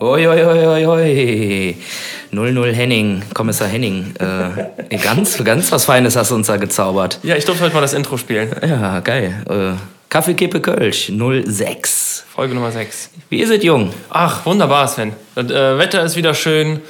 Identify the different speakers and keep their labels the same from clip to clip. Speaker 1: Oi, oi, oi, oi, oi. 00 Henning, Kommissar Henning. Äh, ganz, ganz was Feines hast du uns da gezaubert.
Speaker 2: Ja, ich durfte heute mal das Intro spielen.
Speaker 1: Ja, geil. Äh, Kaffeekippe Kölsch 06.
Speaker 2: Folge Nummer 6.
Speaker 1: Wie ist es, Jung?
Speaker 2: Ach, wunderbar, Sven. Das äh, Wetter ist wieder schön.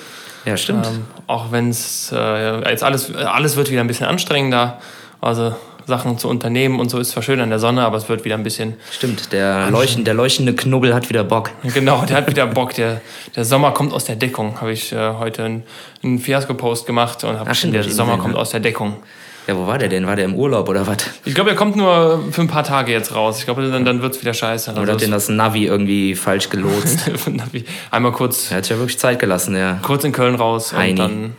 Speaker 1: Ja, stimmt.
Speaker 2: Ähm, auch wenn es äh, jetzt alles, alles wird wieder ein bisschen anstrengender. Also Sachen zu unternehmen und so ist zwar schön an der Sonne, aber es wird wieder ein bisschen.
Speaker 1: Stimmt, der, leuchten, der leuchtende Knubbel hat wieder Bock.
Speaker 2: Genau, der hat wieder Bock. Der, der Sommer kommt aus der Deckung. Habe ich äh, heute einen, einen Fiasko-Post gemacht und habe
Speaker 1: Ach, stimmt,
Speaker 2: der
Speaker 1: hab ich
Speaker 2: Sommer
Speaker 1: gesehen,
Speaker 2: kommt
Speaker 1: ja.
Speaker 2: aus der Deckung.
Speaker 1: Ja, wo war der denn? War der im Urlaub oder was?
Speaker 2: Ich glaube, er kommt nur für ein paar Tage jetzt raus. Ich glaube, dann, dann wird es wieder scheiße.
Speaker 1: Oder hat
Speaker 2: Also
Speaker 1: den das Navi irgendwie falsch gelotst?
Speaker 2: es- Einmal kurz,
Speaker 1: Er hat sich ja wirklich Zeit gelassen, ja.
Speaker 2: kurz in Köln raus und
Speaker 1: Heini.
Speaker 2: dann.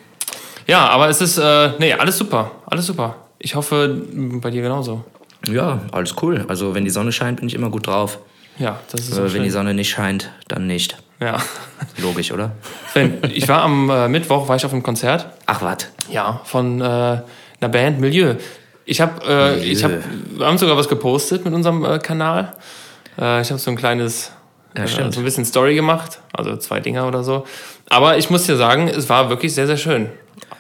Speaker 2: Ja, aber es ist. Äh, nee, alles super. Alles super. Ich hoffe, mm, bei dir genauso.
Speaker 1: Ja, alles cool. Also, wenn die Sonne scheint, bin ich immer gut drauf.
Speaker 2: Ja, das ist so
Speaker 1: Äh, wenn die
Speaker 2: schön.
Speaker 1: Sonne nicht scheint, dann nicht.
Speaker 2: Ja.
Speaker 1: Logisch, oder?
Speaker 2: Sven, ich war am äh, Mittwoch, war ich auf einem Konzert.
Speaker 1: Ach, was?
Speaker 2: Ja, von äh, einer Band Milieu. Ich habe, äh, ich hab, wir haben sogar was gepostet mit unserem äh, Kanal. Äh, ich habe so ein kleines, äh, so
Speaker 1: stimmt.
Speaker 2: ein bisschen Story gemacht, also zwei Dinger oder so. Aber ich muss dir sagen, es war wirklich sehr, sehr schön.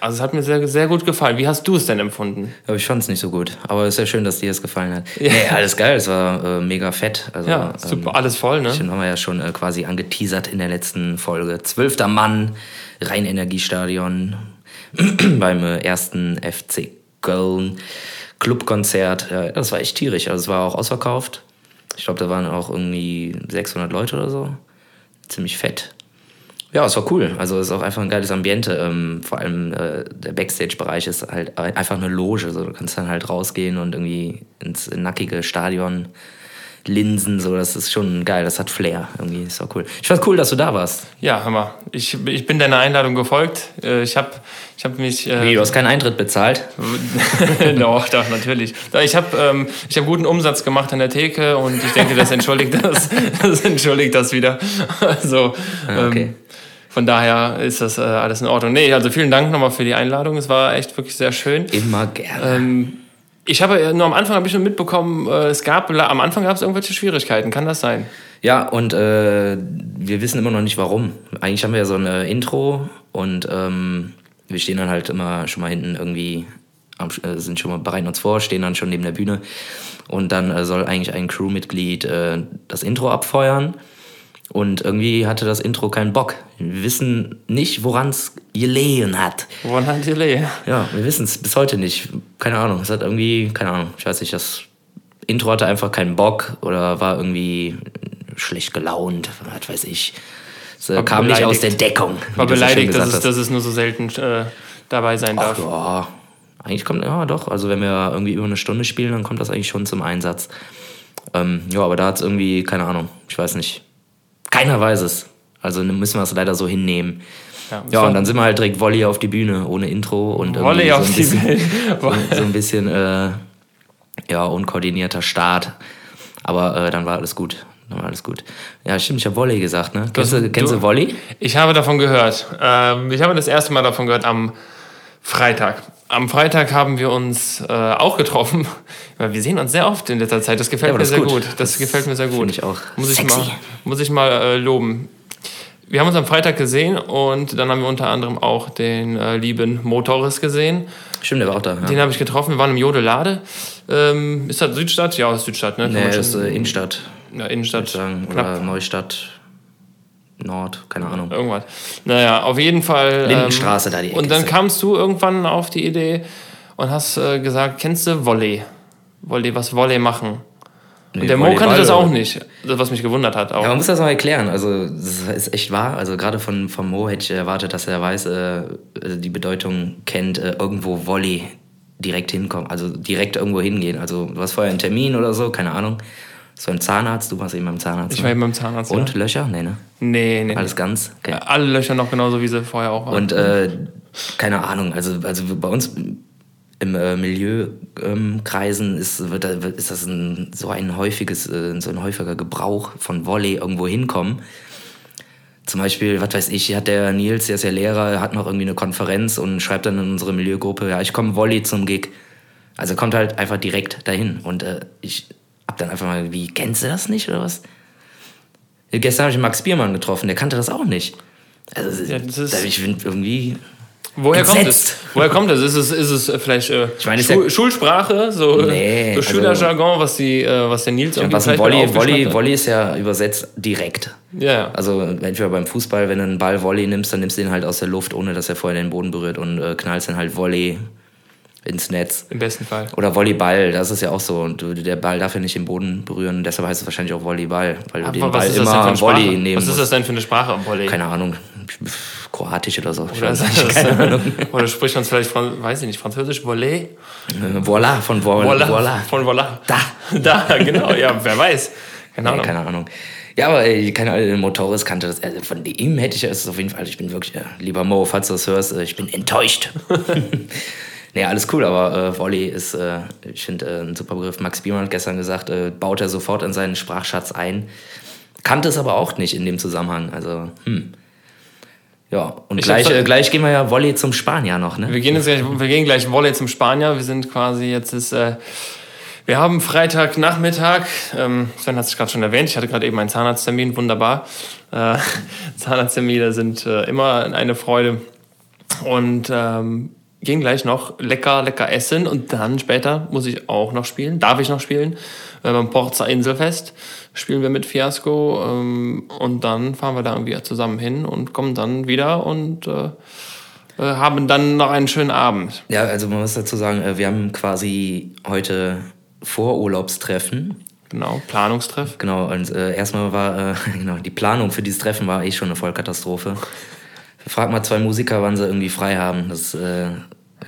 Speaker 2: Also es hat mir sehr, sehr gut gefallen. Wie hast du es denn empfunden?
Speaker 1: Aber ich fand's nicht so gut. Aber ist ja schön, dass dir es gefallen hat. Nee, alles geil. Es war äh, mega fett. Also,
Speaker 2: Ja, super, alles voll, ne?
Speaker 1: Den haben wir ja schon äh, quasi angeteasert in der letzten Folge. Zwölfter Mann, Rheinenergiestadion beim äh, ersten FC Köln Clubkonzert. Ja, das war echt tierisch. Also es war auch ausverkauft. Ich glaube, da waren auch irgendwie 600 Leute oder so. Ziemlich fett. Ja, es war cool. Also es ist auch einfach ein geiles Ambiente. Ähm, vor allem äh, der Backstage-Bereich ist halt ein- einfach eine Loge. So, du kannst dann halt rausgehen und irgendwie ins nackige Stadion linsen. So, das ist schon geil. Das hat Flair. Irgendwie ist auch cool. Ich fand cool, dass du da warst.
Speaker 2: Ja, hör mal, ich, ich bin deiner Einladung gefolgt. Äh, ich habe ich hab mich... Äh,
Speaker 1: Wie, du hast keinen Eintritt bezahlt.
Speaker 2: doch, doch, natürlich. Ich habe ähm, ich hab guten Umsatz gemacht an der Theke und ich denke, das entschuldigt das, das, entschuldigt das wieder. Also, ähm,
Speaker 1: Ah, okay.
Speaker 2: Von daher ist das äh, alles in Ordnung. Nee, also vielen Dank nochmal für die Einladung. Es war echt wirklich sehr schön.
Speaker 1: Immer gerne.
Speaker 2: Ähm, ich habe äh, nur am Anfang habe ich nur mitbekommen, äh, es gab am Anfang gab es irgendwelche Schwierigkeiten. Kann das sein?
Speaker 1: Ja, und äh, wir wissen immer noch nicht warum. Eigentlich haben wir ja so ein äh, Intro und ähm, wir stehen dann halt immer schon mal hinten irgendwie, am, Sch- äh, sind schon mal bereiten uns vor, stehen dann schon neben der Bühne. Und dann äh, soll eigentlich ein Crewmitglied äh, das Intro abfeuern. Und irgendwie hatte das Intro keinen Bock. Wir wissen nicht, woran es gelegen hat.
Speaker 2: Woran hat die Lee?
Speaker 1: Ja, wir wissen es bis heute nicht. Keine Ahnung. Es hat irgendwie, keine Ahnung, ich weiß nicht, das Intro hatte einfach keinen Bock oder war irgendwie schlecht gelaunt, was weiß ich. Es äh, kam nicht aus
Speaker 2: beleidigt.
Speaker 1: der Deckung.
Speaker 2: War
Speaker 1: wie du so schön
Speaker 2: beleidigt,
Speaker 1: gesagt
Speaker 2: dass es, dass es nur so selten äh, dabei sein
Speaker 1: Ach,
Speaker 2: darf.
Speaker 1: ja. Eigentlich kommt, ja doch, also wenn wir irgendwie über eine Stunde spielen, dann kommt das eigentlich schon zum Einsatz. Ähm, ja, aber da hat es irgendwie, keine Ahnung, ich weiß nicht. Keiner weiß es. Also müssen wir es leider so hinnehmen.
Speaker 2: Ja,
Speaker 1: Ja, und dann sind wir halt direkt Volley auf die Bühne, ohne Intro und irgendwie
Speaker 2: Wolle
Speaker 1: Äh, so ein
Speaker 2: auf die
Speaker 1: bisschen,
Speaker 2: Welt.
Speaker 1: so ein bisschen äh, ja, unkoordinierter Start. Aber äh, dann war alles gut. Dann war alles gut. Ja, stimmt, ich habe Volley gesagt, ne? Kennst du, kennst du Volley?
Speaker 2: Ich habe davon gehört. Ähm, ich habe das erste Mal davon gehört am Freitag. Am Freitag haben wir uns äh, auch getroffen. Weil wir sehen uns sehr oft in letzter Zeit. Das gefällt
Speaker 1: Ja, aber
Speaker 2: mir
Speaker 1: das
Speaker 2: sehr
Speaker 1: ist
Speaker 2: gut.
Speaker 1: gut.
Speaker 2: Das, gefällt mir sehr gut.
Speaker 1: Finde ich auch
Speaker 2: Muss ich
Speaker 1: sexy.
Speaker 2: mal, muss ich mal äh, loben. Wir haben uns am Freitag gesehen und dann haben wir unter anderem auch den äh, lieben Motoris gesehen.
Speaker 1: Stimmt, der war auch da. Ja.
Speaker 2: Den habe ich getroffen. Wir waren im Jodelade. Ähm, ist das Südstadt? Ja, ist Südstadt, ne? Kann
Speaker 1: Nee,
Speaker 2: man
Speaker 1: das
Speaker 2: schon-
Speaker 1: ist äh, Innenstadt,
Speaker 2: ja, Innenstadt.
Speaker 1: sagen.
Speaker 2: Knapp
Speaker 1: Oder Neustadt, Nord, keine Ahnung.
Speaker 2: Irgendwas. Naja, auf jeden Fall. ähm,
Speaker 1: Lindenstraße, da die Ecke
Speaker 2: Und dann
Speaker 1: ist.
Speaker 2: kamst du irgendwann auf die Idee und hast äh, gesagt, kennst du Volley? Volley, was Volley machen?
Speaker 1: Nee,
Speaker 2: und der Mo
Speaker 1: Volleyball
Speaker 2: kannte das
Speaker 1: oder-
Speaker 2: auch nicht, das, was mich gewundert hat. Auch.
Speaker 1: Ja, man muss das mal erklären. Also, das ist echt wahr. Also, gerade von, von Mo hätte ich erwartet, dass er weiß, äh, äh, die Bedeutung kennt, äh, irgendwo Volley direkt hinkommen. Also, direkt irgendwo hingehen. Also, du hast vorher einen Termin oder so, keine Ahnung. So ein Zahnarzt, du warst eben beim Zahnarzt.
Speaker 2: ich
Speaker 1: ne?
Speaker 2: war eben beim Zahnarzt.
Speaker 1: Und
Speaker 2: Ja.
Speaker 1: Löcher? Nee, ne?
Speaker 2: Nee, nee.
Speaker 1: Alles ganz? Okay.
Speaker 2: nee. Alle Löcher noch genauso, wie sie vorher auch waren.
Speaker 1: Und äh, keine Ahnung, also, also bei uns im äh, Milieukreisen ist, wird, da- ist das ein, so ein häufiges, äh, so ein häufiger Gebrauch von Volley irgendwo hinkommen. Zum Beispiel, was weiß ich, hat der Nils, der ist ja Lehrer, hat noch irgendwie eine Konferenz und schreibt dann in unsere Milieugruppe, ja, ich komme Volley zum Gig. Also kommt halt einfach direkt dahin. Und äh, ich hab dann einfach mal, wie, kennst du das nicht oder was? Gestern habe ich Max Biermann getroffen, der kannte das auch nicht. Also,
Speaker 2: Ja, das ist-
Speaker 1: da- ich bin irgendwie.
Speaker 2: Woher kommt
Speaker 1: Entsetzt.
Speaker 2: es? Woher kommt das? Ist es, ist es vielleicht äh,
Speaker 1: Ich meine, ist
Speaker 2: Schu
Speaker 1: ja-
Speaker 2: Schulsprache, so, äh,
Speaker 1: Nee,
Speaker 2: so
Speaker 1: also-
Speaker 2: Schülerjargon, was, die, äh, was der Nils irgendwie
Speaker 1: Was ein
Speaker 2: vielleicht mal
Speaker 1: Volley,
Speaker 2: aufgeschnappt
Speaker 1: Volley,
Speaker 2: hat?
Speaker 1: Volley ist ja übersetzt direkt.
Speaker 2: Ja, ja.
Speaker 1: Also entweder beim Fußball, wenn du einen Ball Volley nimmst, dann nimmst du ihn halt aus der Luft, ohne dass er vorher den Boden berührt und äh, knallst dann halt Volley ins Netz.
Speaker 2: im besten Fall.
Speaker 1: Oder Volleyball, das ist ja auch so. Und du- der Ball darf ja nicht den Boden berühren, deshalb heißt es wahrscheinlich auch Volleyball, weil du den
Speaker 2: Aber was
Speaker 1: Ball
Speaker 2: ist das denn für eine
Speaker 1: immer
Speaker 2: Sprache?
Speaker 1: Volley nehmen
Speaker 2: Was ist
Speaker 1: musst.
Speaker 2: das denn für eine Sprache am Volley?
Speaker 1: Keine Ahnung, Pff, kroatisch oder so. Ich
Speaker 2: Oder,
Speaker 1: weiß
Speaker 2: ist
Speaker 1: nicht.
Speaker 2: das, oder spricht man es vielleicht, Fran weiß ich nicht, Französisch, Volley?
Speaker 1: Äh, Voila, von Vo
Speaker 2: Voila.
Speaker 1: Voila.
Speaker 2: Von Voila.
Speaker 1: Da.
Speaker 2: Da, genau, ja, wer weiß. Keine
Speaker 1: Nee,
Speaker 2: Ahnung.
Speaker 1: keine Ahnung. Ja, aber äh, keine Ahnung, der Motorist kannte das. Also von ihm hätte ich es auf jeden Fall. Ich bin wirklich, äh, lieber Mo, falls du das hörst, äh, ich bin enttäuscht. nee, alles cool, aber äh, Volley ist, äh, ich finde, äh, ein super Begriff. Max Biermann hat gestern gesagt, äh, baut er sofort in seinen Sprachschatz ein. Kannte es aber auch nicht in dem Zusammenhang. Also, hm. Ja, und
Speaker 2: Ich
Speaker 1: gleich,
Speaker 2: hab's-
Speaker 1: äh, gleich gehen wir ja Volley zum Spanier noch, ne?
Speaker 2: Wir gehen, jetzt gleich, wir gehen gleich Volley zum Spanier. Wir sind quasi jetzt ist, äh, wir haben Freitagnachmittag. Ähm, Sven hat es gerade schon erwähnt. Ich hatte gerade eben einen Zahnarzttermin. Wunderbar. Äh, Zahnarzttermine sind äh, immer eine Freude. Und ähm, gehen gleich noch lecker, lecker essen. Und dann später muss ich auch noch spielen. Darf ich noch spielen? Äh, beim Porzer Inselfest spielen wir mit Fiasco. Ähm, und dann fahren wir da irgendwie zusammen hin und kommen dann wieder und äh, äh, haben dann noch einen schönen Abend.
Speaker 1: Ja, also man muss dazu sagen, äh, wir haben quasi heute Vorurlaubstreffen.
Speaker 2: Genau, Planungstreff.
Speaker 1: Genau, und äh, erstmal war äh, genau, die Planung für dieses Treffen war eh schon eine Vollkatastrophe. Frag mal zwei Musiker, wann sie irgendwie frei haben. Das, äh,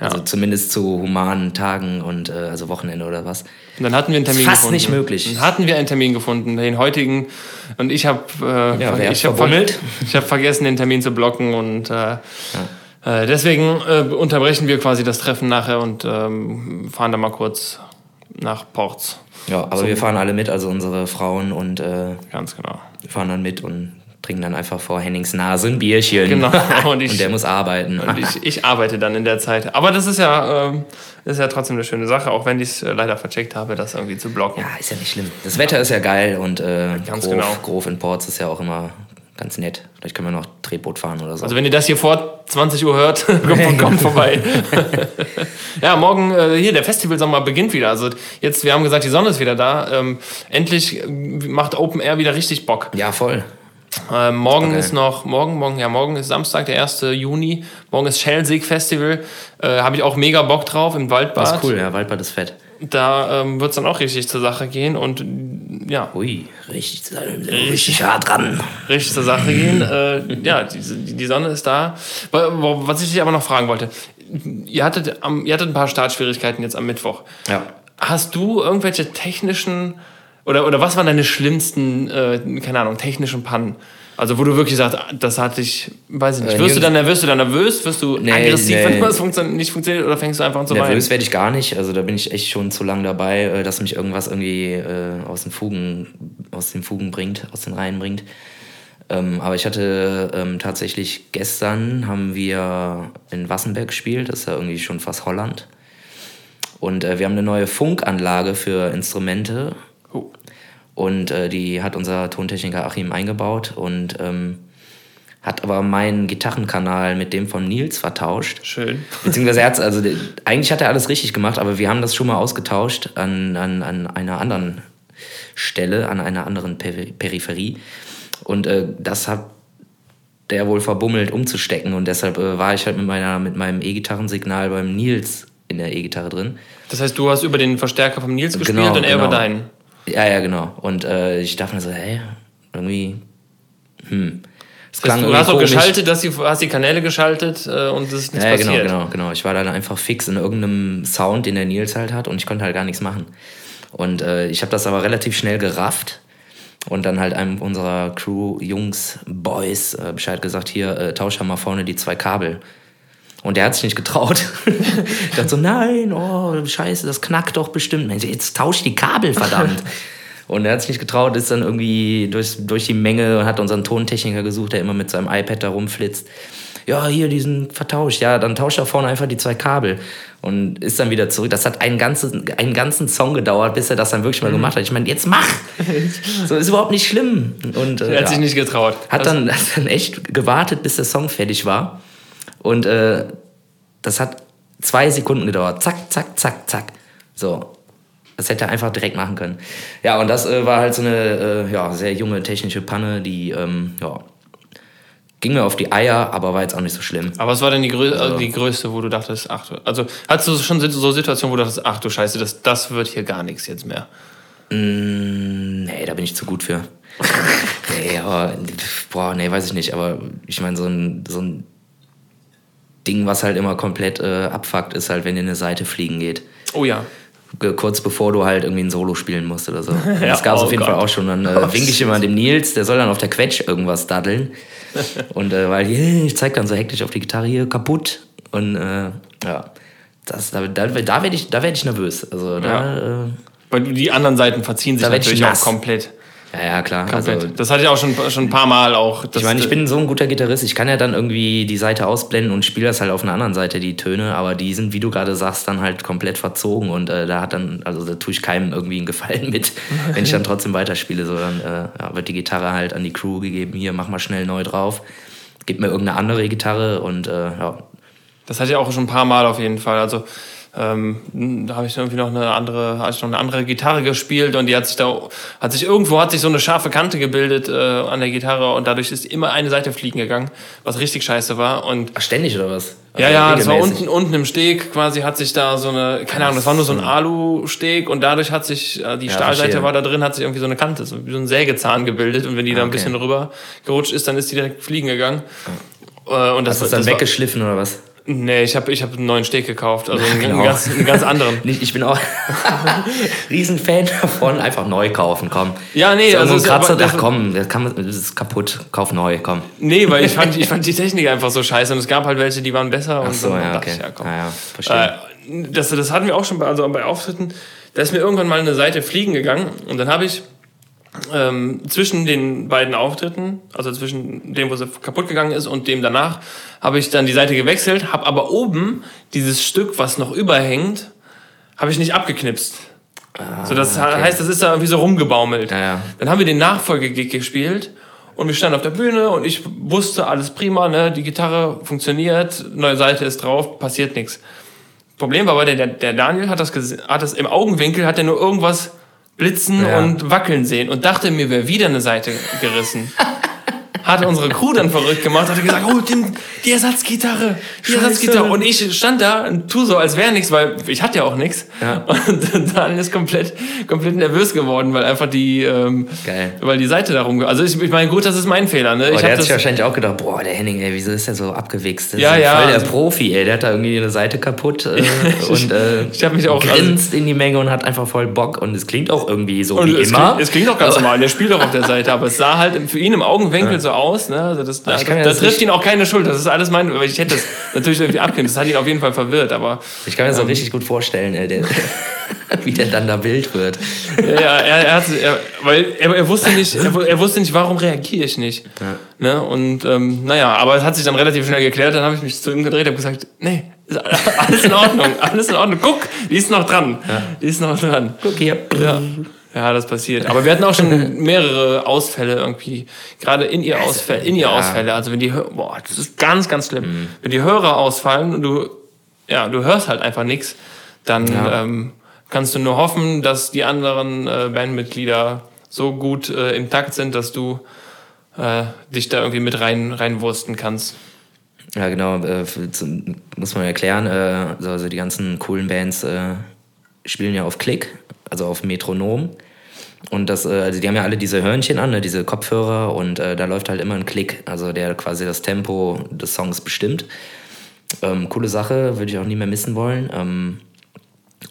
Speaker 1: Also zumindest zu humanen Tagen und äh, also Wochenende oder was.
Speaker 2: Und dann hatten wir einen Termin
Speaker 1: Fast
Speaker 2: gefunden.
Speaker 1: nicht möglich.
Speaker 2: Dann hatten wir einen Termin gefunden, den heutigen. Und ich habe äh,
Speaker 1: Ja,
Speaker 2: ver-
Speaker 1: wer
Speaker 2: ich hab
Speaker 1: verbummelt?
Speaker 2: ver- ich hab vergessen, den Termin zu blocken. Und äh, äh, deswegen äh, unterbrechen wir quasi das Treffen nachher und ähm, fahren dann mal kurz nach Ports.
Speaker 1: Ja, aber wir fahren alle mit, also unsere Frauen und äh,
Speaker 2: Ganz genau.
Speaker 1: fahren dann mit und trinken dann einfach vor Hennings Nase ein Bierchen.
Speaker 2: Genau. Und ich,
Speaker 1: Und der muss arbeiten.
Speaker 2: und ich, ich arbeite dann in der Zeit. Aber das ist ja, ähm, ist ja trotzdem eine schöne Sache, auch wenn ich es leider vercheckt habe, das irgendwie zu blocken.
Speaker 1: Ja, ist ja nicht schlimm. Das Wetter ist ja geil und äh,
Speaker 2: Ganz
Speaker 1: Grof,
Speaker 2: genau.
Speaker 1: Grof in Ports ist ja auch immer ganz nett. Vielleicht können wir noch Tretboot fahren oder so.
Speaker 2: Also wenn ihr das hier vor 20 Uhr hört, kommt, kommt vorbei. ja, morgen äh, hier, der Festivalsommer beginnt wieder. Also jetzt, wir haben gesagt, die Sonne ist wieder da. Ähm, endlich äh, macht Open Air wieder richtig Bock.
Speaker 1: ja, voll.
Speaker 2: Ähm, morgen
Speaker 1: Okay.
Speaker 2: ist noch, morgen, morgen, ja, morgen ist Samstag, der 1. Juni. Morgen ist Schelsig Festival. Äh, Habe ich auch mega Bock drauf im Waldbad.
Speaker 1: Das ist cool, ja, Waldbad ist fett.
Speaker 2: Da ähm, wird es dann auch richtig zur Sache gehen und ja,
Speaker 1: Ui, richtig, richtig hart dran.
Speaker 2: richtig zur Sache gehen. Äh, ja, die, die die Sonne ist da. Wa- wa- Was ich dich aber noch fragen wollte, ihr hattet, am, ihr hattet ein paar Startschwierigkeiten jetzt am Mittwoch.
Speaker 1: Ja.
Speaker 2: Hast du irgendwelche technischen oder, oder was waren deine schlimmsten, äh, keine Ahnung, technischen Pannen? Also wo du wirklich sagst, ah, das hatte ich, weiß ich nicht.
Speaker 1: Äh,
Speaker 2: Wirst du
Speaker 1: nirgends-
Speaker 2: dann nervös, wirst du dann nervös, wirst du
Speaker 1: Nee,
Speaker 2: aggressiv,
Speaker 1: nee.
Speaker 2: wenn was funktioniert, nicht funktioniert oder fängst du einfach an zu weinen?
Speaker 1: Nervös werde ich gar nicht. Also da bin ich echt schon zu lang dabei, äh, dass mich irgendwas irgendwie äh, aus den Fugen, aus den Fugen bringt, aus den Reihen bringt. Ähm, aber ich hatte ähm, tatsächlich gestern haben wir in Wassenberg gespielt, das ist ja irgendwie schon fast Holland. Und äh, wir haben eine neue Funkanlage für Instrumente.
Speaker 2: Oh.
Speaker 1: Und äh, die hat unser Tontechniker Achim eingebaut und ähm, hat aber meinen Gitarrenkanal mit dem von Nils vertauscht.
Speaker 2: Schön.
Speaker 1: Beziehungsweise er hat's, also de- eigentlich hat er alles richtig gemacht, aber wir haben das schon mal ausgetauscht an, an, an einer anderen Stelle, an einer anderen Per- Peripherie. Und äh, das hat der wohl verbummelt umzustecken und deshalb äh, war ich halt mit, meiner, mit meinem E-Gitarrensignal beim Nils in der E-Gitarre drin.
Speaker 2: Das heißt, du hast über den Verstärker vom Nils gespielt
Speaker 1: Genau,
Speaker 2: und er über
Speaker 1: genau.
Speaker 2: deinen.
Speaker 1: Ja, ja, genau. Und äh, ich dachte mir so, hey, irgendwie, hm. Das
Speaker 2: Das heißt, du
Speaker 1: irgendwie
Speaker 2: hast auch
Speaker 1: komisch.
Speaker 2: geschaltet, dass die, hast die Kanäle geschaltet äh, und es ist nichts
Speaker 1: Ja, genau,
Speaker 2: passiert.
Speaker 1: genau, genau. Ich war dann einfach fix in irgendeinem Sound, den der Nils halt hat und ich konnte halt gar nichts machen. Und äh, ich habe das aber relativ schnell gerafft und dann halt einem unserer Crew, Jungs, Boys äh, Bescheid gesagt, hier, äh, tausch doch mal vorne die zwei Kabel. Und der hat sich nicht getraut. ich dachte so, nein, oh, scheiße, das knackt doch bestimmt. Mensch, jetzt tausch die Kabel, verdammt. Und er hat sich nicht getraut, ist dann irgendwie durch, durch die Menge und hat unseren Tontechniker gesucht, der immer mit seinem iPad da rumflitzt. ja, hier, die sind vertauscht. Ja, dann tauscht er vorne einfach die zwei Kabel und ist dann wieder zurück. Das hat einen ganzen, einen ganzen Song gedauert, bis er das dann
Speaker 2: Mhm.
Speaker 1: wirklich mal gemacht hat. Ich meine, jetzt mach! So ist überhaupt nicht schlimm. Und, äh,
Speaker 2: Er hat
Speaker 1: ja.
Speaker 2: sich nicht getraut.
Speaker 1: Hat
Speaker 2: Also,
Speaker 1: dann, hat dann echt gewartet, bis der Song fertig war. Und äh, das hat zwei Sekunden gedauert. Zack, zack, zack, zack. So. Das hätte er einfach direkt machen können. Ja, und das äh, war halt so eine äh, ja, sehr junge technische Panne, die ähm, ja, ging mir auf die Eier, aber war jetzt auch nicht so schlimm.
Speaker 2: aber was war denn die, grö also die größte, wo du dachtest, ach du, also hattest du schon so Situationen, wo du dachtest, ach du Scheiße, das, das wird hier gar nichts jetzt mehr.
Speaker 1: Nee, da bin ich zu gut für. nee, aber, boah, nee, weiß ich nicht. Aber ich meine, so ein, so ein Ding, was halt immer komplett äh, abfuckt, ist halt, wenn dir eine Seite fliegen geht.
Speaker 2: Oh ja.
Speaker 1: Ge- kurz bevor du halt irgendwie ein Solo spielen musst oder so. Also
Speaker 2: Ja,
Speaker 1: das gab es
Speaker 2: oh
Speaker 1: auf jeden
Speaker 2: Gott. Oh,
Speaker 1: Fall auch schon. Dann äh, winke ich immer dem Nils, der soll dann auf der Quetsch irgendwas daddeln. Und äh, weil hey, ich zeig dann so hektisch auf die Gitarre hier kaputt. Und äh, ja, das, da, da, da werde ich, da werd ich nervös. Also da, ja, äh,
Speaker 2: Weil die anderen Seiten verziehen sich
Speaker 1: Da werd ich
Speaker 2: natürlich auch
Speaker 1: nass.
Speaker 2: komplett.
Speaker 1: ja, ja klar. Also,
Speaker 2: komplett. das hatte ich auch schon, schon ein paar Mal auch.
Speaker 1: ich meine, ich bin so ein guter Gitarrist, ich kann ja dann irgendwie die Seite ausblenden und spiele das halt auf einer anderen Seite, die Töne, aber die sind, wie du gerade sagst, dann halt komplett verzogen und äh, da hat dann, also da tue ich keinem irgendwie einen Gefallen mit, wenn ich dann trotzdem weiterspiele, so dann äh, ja, wird die Gitarre halt an die Crew gegeben, hier, mach mal schnell neu drauf, gib mir irgendeine andere Gitarre und äh, ja,
Speaker 2: Das hatte ich auch schon ein paar Mal auf jeden Fall. Also ähm, da habe ich irgendwie noch eine andere, hatte ich noch eine andere Gitarre gespielt und die hat sich da, hat sich irgendwo hat sich so eine scharfe Kante gebildet äh, an der Gitarre und dadurch ist immer eine Seite fliegen gegangen, was richtig scheiße war und
Speaker 1: Ach, ständig oder was?
Speaker 2: ja,
Speaker 1: Also
Speaker 2: ja, das war
Speaker 1: regelmäßig.
Speaker 2: unten, unten im Steg quasi hat sich da so eine, keine Ahnung, das war nur so ein Alu-Steg und dadurch hat sich, äh, die Stahlseite
Speaker 1: verstehe. Ah,
Speaker 2: war da drin, hat sich irgendwie so eine Kante, so wie so ein Sägezahn gebildet und wenn die da ein
Speaker 1: okay.
Speaker 2: bisschen rüber gerutscht ist, dann ist die direkt fliegen gegangen. Äh, Und das,
Speaker 1: Hast du das dann
Speaker 2: war-
Speaker 1: weggeschliffen oder was?
Speaker 2: Nee, ich habe ich hab einen neuen Steg gekauft, also einen,
Speaker 1: Genau.
Speaker 2: einen, ganz, einen ganz anderen.
Speaker 1: Nicht, ich bin auch Riesenfan davon, einfach neu kaufen, komm.
Speaker 2: Ja, nee,
Speaker 1: so,
Speaker 2: also
Speaker 1: also
Speaker 2: es-
Speaker 1: Kratzer,
Speaker 2: aber-
Speaker 1: ach komm, das, kann, man- das ist kaputt, kauf neu, komm.
Speaker 2: Nee, weil ich fand, ich fand die Technik einfach so scheiße und es gab halt welche, die waren besser. und
Speaker 1: Ach so,
Speaker 2: dann
Speaker 1: ja,
Speaker 2: dachte
Speaker 1: okay.
Speaker 2: ich, ja, komm.
Speaker 1: Ah, ja, verstehe.
Speaker 2: Äh, das, das hatten wir auch schon bei, also bei Auftritten. Da ist mir irgendwann mal eine Seite fliegen gegangen und dann habe ich ähm, zwischen den beiden Auftritten, also zwischen dem, wo sie kaputt gegangen ist und dem danach, habe ich dann die Seite gewechselt, habe aber oben dieses Stück, was noch überhängt, habe ich nicht abgeknipst. so, das he- heißt, das ist da irgendwie so rumgebaumelt.
Speaker 1: Ah, Ja, ja.
Speaker 2: Dann haben wir den Nachfolgegig gespielt und wir standen auf der Bühne und ich wusste, alles prima, ne? die Gitarre funktioniert, neue Seite ist drauf, passiert nichts. Problem war aber, der, der Daniel hat das, gese- hat das im Augenwinkel, hat er nur irgendwas blitzen
Speaker 1: Ja.
Speaker 2: und wackeln sehen und dachte, mir wäre wieder eine Seite gerissen. hat unsere Crew dann verrückt gemacht, hat gesagt, oh, den, die Ersatzgitarre, die
Speaker 1: Scheiße.
Speaker 2: Ersatzgitarre. Und ich stand da und tu so, als wäre nichts, weil ich hatte ja auch nichts.
Speaker 1: Ja.
Speaker 2: Und Daniel ist komplett, komplett nervös geworden, weil einfach die, ähm,
Speaker 1: Geil.
Speaker 2: weil die Seite darum, also ich, ich meine, gut, das ist mein Fehler, ne?
Speaker 1: Aber
Speaker 2: Ich
Speaker 1: der
Speaker 2: hab
Speaker 1: hat sich
Speaker 2: das,
Speaker 1: wahrscheinlich auch gedacht, boah, der Henning, ey, wieso ist der so abgewichst? Das
Speaker 2: Ja,
Speaker 1: ist
Speaker 2: ja,
Speaker 1: Voll der
Speaker 2: also-
Speaker 1: Profi, ey, der hat da irgendwie eine Seite kaputt äh, und äh,
Speaker 2: ich hab mich auch- also
Speaker 1: grinst in die Menge und hat einfach voll Bock und es klingt auch irgendwie so wie
Speaker 2: es
Speaker 1: immer.
Speaker 2: Klingt, es klingt auch ganz normal, der spielt auch auf der Seite, aber es sah halt für ihn im Augenwinkel so aus, ne? Also das, da,
Speaker 1: ich kann mir
Speaker 2: da
Speaker 1: das
Speaker 2: trifft
Speaker 1: nicht-
Speaker 2: ihn auch keine Schuld. Das ist alles mein, weil ich hätte das natürlich irgendwie abgenommen. Das hat ihn auf jeden Fall verwirrt, aber
Speaker 1: ich kann mir das
Speaker 2: ähm,
Speaker 1: auch richtig gut vorstellen, ey, der, wie der dann da wild wird.
Speaker 2: ja, ja, er, er hat, er, weil er, er wusste nicht, er, wu- er wusste nicht, warum reagiere ich nicht. Ne? Und ähm, naja, aber es hat sich dann relativ schnell geklärt. Dann habe ich mich zu ihm gedreht und gesagt, nee, ist a- alles in Ordnung, alles in Ordnung. Guck, die ist noch dran, die ist noch dran.
Speaker 1: Guck hier.
Speaker 2: Ja.
Speaker 1: Mhm.
Speaker 2: ja, das passiert. Aber wir hatten auch schon mehrere Ausfälle irgendwie, gerade in
Speaker 1: Also,
Speaker 2: ihr Ausfälle, in ihr Ausfälle. Also wenn die, Hör- boah, das ist ganz, ganz schlimm.
Speaker 1: Mhm.
Speaker 2: Wenn die Hörer ausfallen und du, ja, du hörst halt einfach nichts, dann ähm, kannst du nur hoffen, dass die anderen äh, Bandmitglieder so gut äh, im Takt sind, dass du äh, dich da irgendwie mit rein reinwursten kannst.
Speaker 1: Ja, genau, äh, für- zum- muss man erklären. Äh, so, also die ganzen coolen Bands äh, spielen ja auf Klick, also auf Metronom. Und das, äh, also die haben ja alle diese Hörnchen an, ne, diese Kopfhörer und äh, da läuft halt immer ein Klick, also der quasi das Tempo des Songs bestimmt. Ähm, coole Sache, würde ich auch nie mehr missen wollen. Ähm,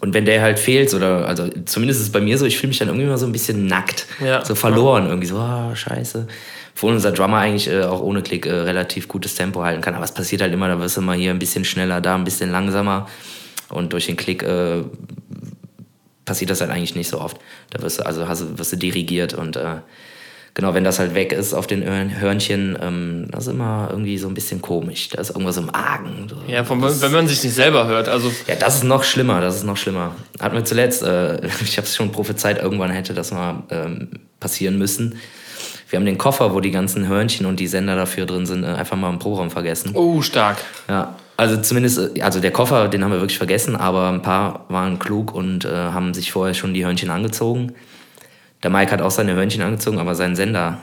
Speaker 1: und wenn der halt fehlt, oder also zumindest ist es bei mir so, ich fühle mich dann irgendwie immer so ein bisschen nackt,
Speaker 2: Ja.
Speaker 1: so verloren, irgendwie so, ah, scheiße. Obwohl unser Drummer eigentlich äh, auch ohne Klick äh, relativ gutes Tempo halten kann. Aber es passiert halt immer, da wirst du mal hier ein bisschen schneller, da ein bisschen langsamer. Und durch den Klick äh, passiert das halt eigentlich nicht so oft. Da wirst du, also hast, du- wirst du dirigiert und äh, genau, wenn das halt weg ist auf den Hörn- Hörnchen, ähm, das ist immer irgendwie so ein bisschen komisch. Da ist irgendwas im Argen. So.
Speaker 2: Ja, vom, wenn man sich nicht selber hört. Also
Speaker 1: Ja, das ist noch schlimmer, das ist noch schlimmer. Hat mir zuletzt, äh, ich habe es schon prophezeit, irgendwann hätte das mal ähm, passieren müssen. Wir haben den Koffer, wo die ganzen Hörnchen und die Sender dafür drin sind, äh, einfach mal im Programm vergessen.
Speaker 2: Oh, stark.
Speaker 1: Ja, also zumindest, äh, also der Koffer, den haben wir wirklich vergessen, aber ein paar waren klug und äh, haben sich vorher schon die Hörnchen angezogen. Der Mike hat auch seine Hörnchen angezogen, aber seinen Sender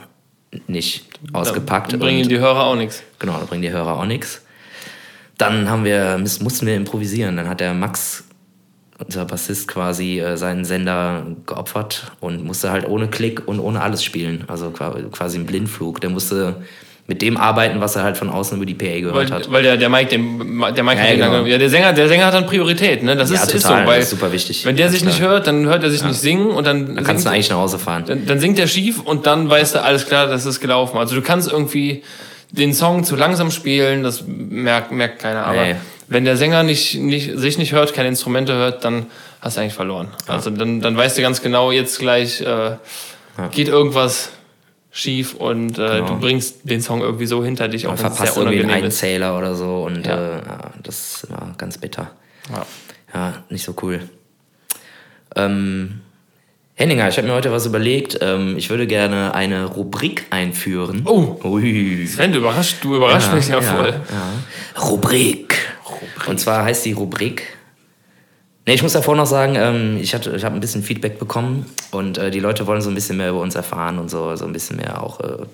Speaker 1: nicht ausgepackt.
Speaker 2: Da bringen
Speaker 1: und,
Speaker 2: die Hörer auch nichts.
Speaker 1: genau, da bringen die Hörer auch nichts. Dann haben wir, miss- mussten wir improvisieren. Dann hat der Max, unser Bassist, quasi äh, seinen Sender geopfert und musste halt ohne Klick und ohne alles spielen. Also qua- quasi ein Blindflug. Der musste mit dem arbeiten, was er halt von außen über die PA gehört
Speaker 2: Weil,
Speaker 1: hat.
Speaker 2: weil der, der Mike, den, der Mike
Speaker 1: Ja,
Speaker 2: hat den
Speaker 1: genau.
Speaker 2: lange, ja, der Sänger, der Sänger hat dann Priorität, ne? Das
Speaker 1: Ja,
Speaker 2: ist, ist so,
Speaker 1: total,
Speaker 2: weil
Speaker 1: das ist super wichtig.
Speaker 2: wenn der
Speaker 1: Ja,
Speaker 2: sich nicht
Speaker 1: klar.
Speaker 2: hört, dann hört er sich nicht singen und dann,
Speaker 1: Kannst du
Speaker 2: singt,
Speaker 1: eigentlich nach Hause fahren.
Speaker 2: dann, dann singt er schief und dann weißt du, alles klar, das ist gelaufen. Also du kannst irgendwie den Song zu langsam spielen, das merkt, merkt keiner. Aber
Speaker 1: Nee.
Speaker 2: wenn der Sänger nicht, nicht, sich nicht hört, keine Instrumente hört, dann hast du eigentlich verloren. Also dann, dann weißt du ganz genau, jetzt gleich äh, geht irgendwas schief und äh, du bringst den Song irgendwie so hinter dich, auch
Speaker 1: Man
Speaker 2: wenn es
Speaker 1: Genau. verpasst
Speaker 2: sehr
Speaker 1: irgendwie einen
Speaker 2: unangenehm ist.
Speaker 1: Einzähler oder so und
Speaker 2: Ja.
Speaker 1: äh, ja, das ist immer ganz bitter.
Speaker 2: Ja.
Speaker 1: Ja, nicht so cool. Ähm, Henninger, ich habe mir heute was überlegt. Ähm, ich würde gerne eine Rubrik einführen.
Speaker 2: Oh.
Speaker 1: Ui.
Speaker 2: Sven, du überraschst, du überraschst mich ja, voll.
Speaker 1: ja. Rubrik. Und zwar heißt die Rubrik. Nee, ich muss davor noch sagen, ähm, ich, hatte- ich habe ein bisschen Feedback bekommen und äh, die Leute wollen so ein bisschen mehr über uns erfahren und so, so ein bisschen mehr auch äh,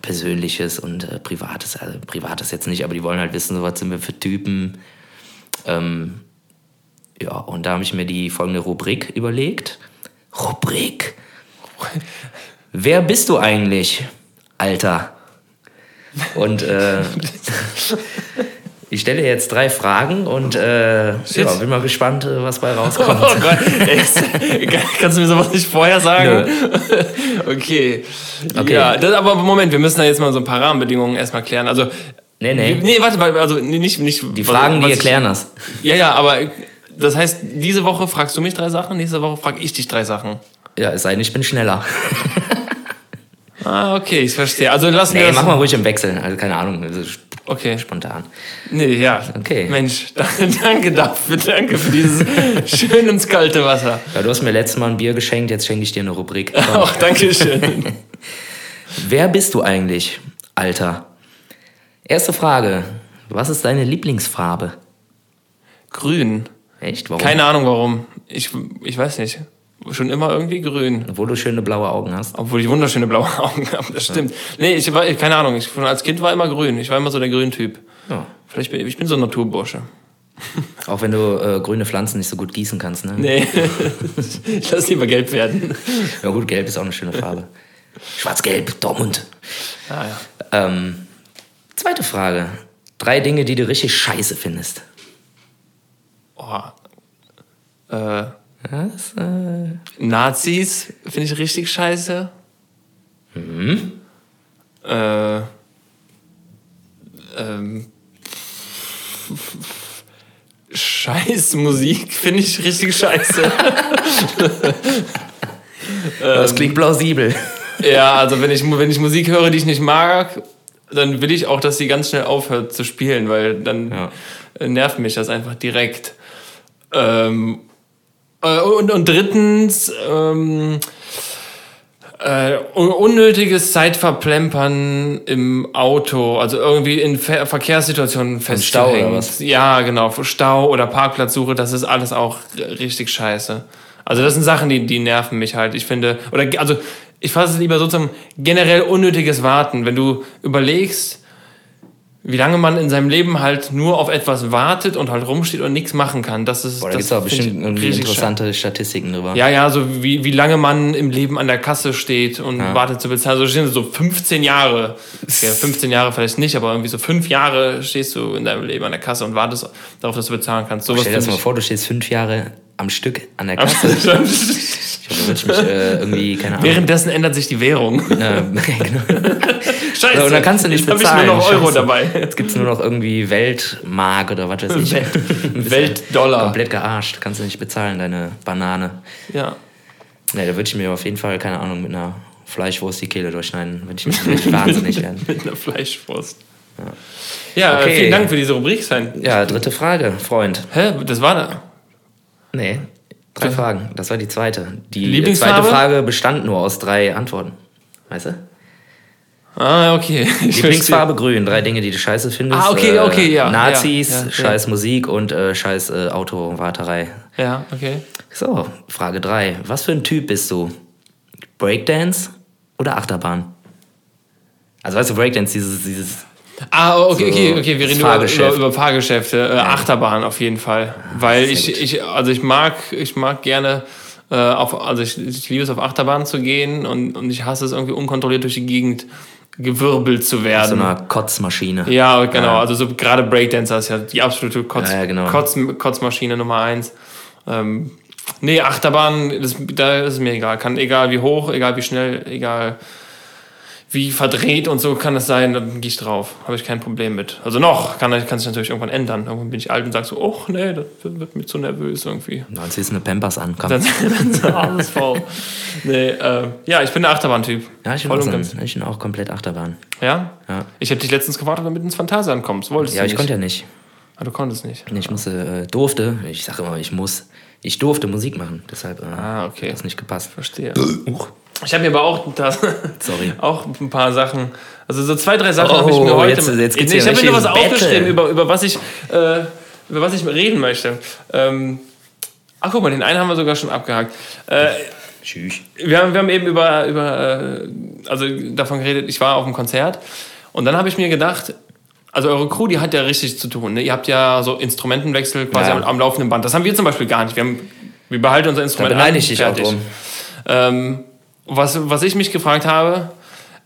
Speaker 1: Persönliches und äh, Privates. Also Privates jetzt nicht, aber die wollen halt wissen, so was sind wir für Typen. Ähm, ja, und da habe ich mir die folgende Rubrik überlegt. Rubrik. Wer bist du eigentlich, Alter? Und äh, ich stelle jetzt drei Fragen und äh, ja, bin mal gespannt, äh, was bei
Speaker 2: Oh
Speaker 1: rauskommt.
Speaker 2: Gott, ey, kannst du mir sowas nicht vorher sagen? Okay.
Speaker 1: Okay.
Speaker 2: Ja, das, aber Moment, wir müssen da jetzt mal so ein paar Rahmenbedingungen erstmal klären. Also,
Speaker 1: Nee, nee.
Speaker 2: Nee, warte, warte, also nee, nicht, nicht.
Speaker 1: Die Fragen, die
Speaker 2: was ich-
Speaker 1: erklären das.
Speaker 2: Ja, ja, aber das heißt, diese Woche fragst du mich drei Sachen, nächste Woche frag ich dich drei Sachen.
Speaker 1: Ja, es sei denn, ich bin schneller.
Speaker 2: Ah, okay, ich verstehe. Also lassen
Speaker 1: Nee,
Speaker 2: wir
Speaker 1: mach
Speaker 2: das.
Speaker 1: mal ruhig im Wechseln. Also keine Ahnung, also sp-
Speaker 2: Okay.
Speaker 1: spontan.
Speaker 2: Nee, ja.
Speaker 1: Okay.
Speaker 2: Mensch, da- danke dafür, danke für dieses schön ins kalte Wasser.
Speaker 1: Ja, du hast mir letztes Mal ein Bier geschenkt, jetzt schenke ich dir eine Rubrik. Komm.
Speaker 2: Auch danke schön.
Speaker 1: Wer bist du eigentlich, Alter? Erste Frage. Was ist deine Lieblingsfarbe?
Speaker 2: Grün.
Speaker 1: Echt? Warum?
Speaker 2: Keine Ahnung warum. Ich, ich weiß nicht. Schon immer irgendwie grün.
Speaker 1: Obwohl du schöne blaue Augen hast.
Speaker 2: Obwohl ich wunderschöne blaue Augen habe, das stimmt. Nee, ich war, keine Ahnung, ich, schon als Kind war immer grün. Ich war immer so der Grüntyp.
Speaker 1: Ja.
Speaker 2: Vielleicht bin ich bin so ein Naturbursche.
Speaker 1: Auch wenn du äh, grüne Pflanzen nicht so gut gießen kannst, ne?
Speaker 2: Nee, ich lass lieber gelb werden.
Speaker 1: Ja gut, gelb ist auch eine schöne Farbe. Schwarz-gelb, Dortmund.
Speaker 2: Ah, ja.
Speaker 1: Ähm, zweite Frage. Drei Dinge, die du richtig scheiße findest.
Speaker 2: Oh. Äh,
Speaker 1: Was? Äh,
Speaker 2: Nazis finde ich richtig scheiße. Mhm. Äh, ähm, Scheiß Musik finde ich richtig scheiße.
Speaker 1: das klingt plausibel.
Speaker 2: Ja, also wenn ich, wenn ich Musik höre, die ich nicht mag, dann will ich auch, dass sie ganz schnell aufhört zu spielen, weil dann
Speaker 1: Ja.
Speaker 2: äh, nervt mich das einfach direkt. Ähm, äh, und, und drittens, ähm, äh, un- unnötiges Zeitverplempern im Auto, also irgendwie in Ver Verkehrssituationen
Speaker 1: Stau
Speaker 2: feststellen.
Speaker 1: oder was?
Speaker 2: Ja, genau, Stau oder Parkplatzsuche, das ist alles auch r- richtig scheiße. Also das sind Sachen, die, die nerven mich halt. Ich finde, oder ge- also ich fasse es lieber so zum generell unnötiges Warten. Wenn du überlegst, wie lange man in seinem Leben halt nur auf etwas wartet und halt rumsteht und nichts machen kann, das ist
Speaker 1: Boah, da gibt
Speaker 2: das
Speaker 1: es doch
Speaker 2: finde ich
Speaker 1: bestimmt irgendwie
Speaker 2: richtig scheiße.
Speaker 1: interessante Statistiken drüber.
Speaker 2: Ja, ja, so wie, wie lange man im Leben an der Kasse steht und wartet zu bezahlen. Also stehen so 15 Jahre. Ja, 15 Jahre vielleicht nicht, aber irgendwie so fünf Jahre stehst du in deinem Leben an der Kasse und wartest darauf, dass du bezahlen kannst. Sowas
Speaker 1: Stell dir das mal
Speaker 2: finde
Speaker 1: vor, du stehst fünf Jahre am Stück an der
Speaker 2: ich-
Speaker 1: Kasse. Da würde ich mich äh, irgendwie, keine Ahnung.
Speaker 2: Währenddessen ändert sich die Währung.
Speaker 1: ähm, genau.
Speaker 2: Scheiße.
Speaker 1: und dann kannst du nicht
Speaker 2: jetzt hab
Speaker 1: bezahlen.
Speaker 2: ich nur noch Euro
Speaker 1: Scheiße.
Speaker 2: dabei.
Speaker 1: Jetzt gibt es nur noch irgendwie Weltmark oder was weiß ich. Bist
Speaker 2: Weltdollar.
Speaker 1: Komplett gearscht. Kannst du nicht bezahlen, deine Banane.
Speaker 2: Ja.
Speaker 1: Ne, da würde ich mir auf jeden Fall, keine Ahnung, mit einer Fleischwurst die Kehle durchschneiden, wenn ich nicht wahnsinnig werde.
Speaker 2: Mit einer Fleischwurst. Ja, äh,
Speaker 1: Okay.
Speaker 2: vielen Dank für diese Rubrik, Sven.
Speaker 1: Ja, dritte Frage, Freund.
Speaker 2: Hä? Das war eine.
Speaker 1: Nee, drei Fragen. Das war die zweite. Die
Speaker 2: Lieblingsfarbe?
Speaker 1: zweite Frage bestand nur aus drei Antworten. Weißt du?
Speaker 2: Ah, okay. Ich
Speaker 1: Lieblingsfarbe grün, drei Dinge, die du scheiße findest. Äh,
Speaker 2: Ah, okay, okay, ja,
Speaker 1: Nazis,
Speaker 2: ja, ja, ja.
Speaker 1: scheiß Musik und äh, scheiß äh, Autowarterei.
Speaker 2: verstehe. Ja, okay.
Speaker 1: So, Frage 3. Was für ein Typ bist du? Breakdance oder Achterbahn? Also weißt du, Breakdance, dieses, dieses
Speaker 2: Ah, okay,
Speaker 1: So,
Speaker 2: okay, okay. Wir reden über, über,
Speaker 1: Fahrgeschäft.
Speaker 2: über Fahrgeschäfte, äh, Achterbahn auf jeden Fall, weil
Speaker 1: sehr
Speaker 2: ich,
Speaker 1: gut.
Speaker 2: ich, also ich mag, ich mag gerne äh, auf, also ich, ich liebe es auf Achterbahn zu gehen und, und ich hasse es irgendwie unkontrolliert durch die Gegend gewirbelt zu
Speaker 1: so
Speaker 2: werden.
Speaker 1: einer Kotzmaschine.
Speaker 2: Ähm, ja, genau. Also so gerade Breakdancer ist ja die absolute Kotz,
Speaker 1: Ah, Ja, ja, genau.
Speaker 2: Kotz, Kotzmaschine Nummer eins. Ähm, nee, Achterbahn, das, da ist mir egal. Kann egal wie hoch, egal wie schnell, egal wie verdreht und so kann das sein, dann gehe ich drauf. Habe ich kein Problem mit. Also noch, kann, kann sich natürlich irgendwann ändern. Irgendwann bin ich alt und sag so, oh nee, das wird, wird mir zu nervös irgendwie.
Speaker 1: Und Dann ziehst du eine Pampers an. Komm.
Speaker 2: Dann, dann "Ah, ist alles voll. Nee, äh, ja, ich bin der Achterbahntyp.
Speaker 1: ja, ich bin,
Speaker 2: Voll
Speaker 1: auch so
Speaker 2: und
Speaker 1: ein-
Speaker 2: ganz.
Speaker 1: ich bin auch komplett Achterbahn.
Speaker 2: Ja?
Speaker 1: Ja.
Speaker 2: Ich habe dich letztens gefragt, ob du mit ins Phantasialand kommst. Wolltest
Speaker 1: Ja,
Speaker 2: du
Speaker 1: ich
Speaker 2: nicht.
Speaker 1: konnte ja nicht.
Speaker 2: Ah, du konntest nicht.
Speaker 1: Ich musste, äh, durfte, ich sage immer, ich muss, ich durfte Musik machen. Deshalb äh,
Speaker 2: Ah, okay.
Speaker 1: hat das nicht gepasst.
Speaker 2: Verstehe.
Speaker 1: Huch.
Speaker 2: Ich habe mir aber auch, das,
Speaker 1: Sorry.
Speaker 2: auch ein paar Sachen, also so zwei, drei Sachen
Speaker 1: Oh,
Speaker 2: habe ich mir heute.
Speaker 1: jetzt- jetzt geht's
Speaker 2: ich
Speaker 1: hier
Speaker 2: habe mir nur was
Speaker 1: richtig Battle.
Speaker 2: aufgeschrieben, über, über, was ich, äh, über was ich reden möchte. Ähm, ach, guck mal, den einen haben wir sogar schon abgehakt. Äh,
Speaker 1: Tschüss.
Speaker 2: wir, haben, wir haben eben über, über äh, also davon geredet, ich war auf einem Konzert und dann habe ich mir gedacht, also eure Crew, die hat ja richtig zu tun. Ne? Ihr habt ja so Instrumentenwechsel quasi
Speaker 1: Ja.
Speaker 2: am, am laufenden Band. Das haben wir zum Beispiel gar nicht. Wir, haben, wir behalten unser
Speaker 1: Da
Speaker 2: Instrument.
Speaker 1: beneide
Speaker 2: an,
Speaker 1: ich dich auch
Speaker 2: fertig.
Speaker 1: drum.
Speaker 2: Ähm, was, was ich mich gefragt habe,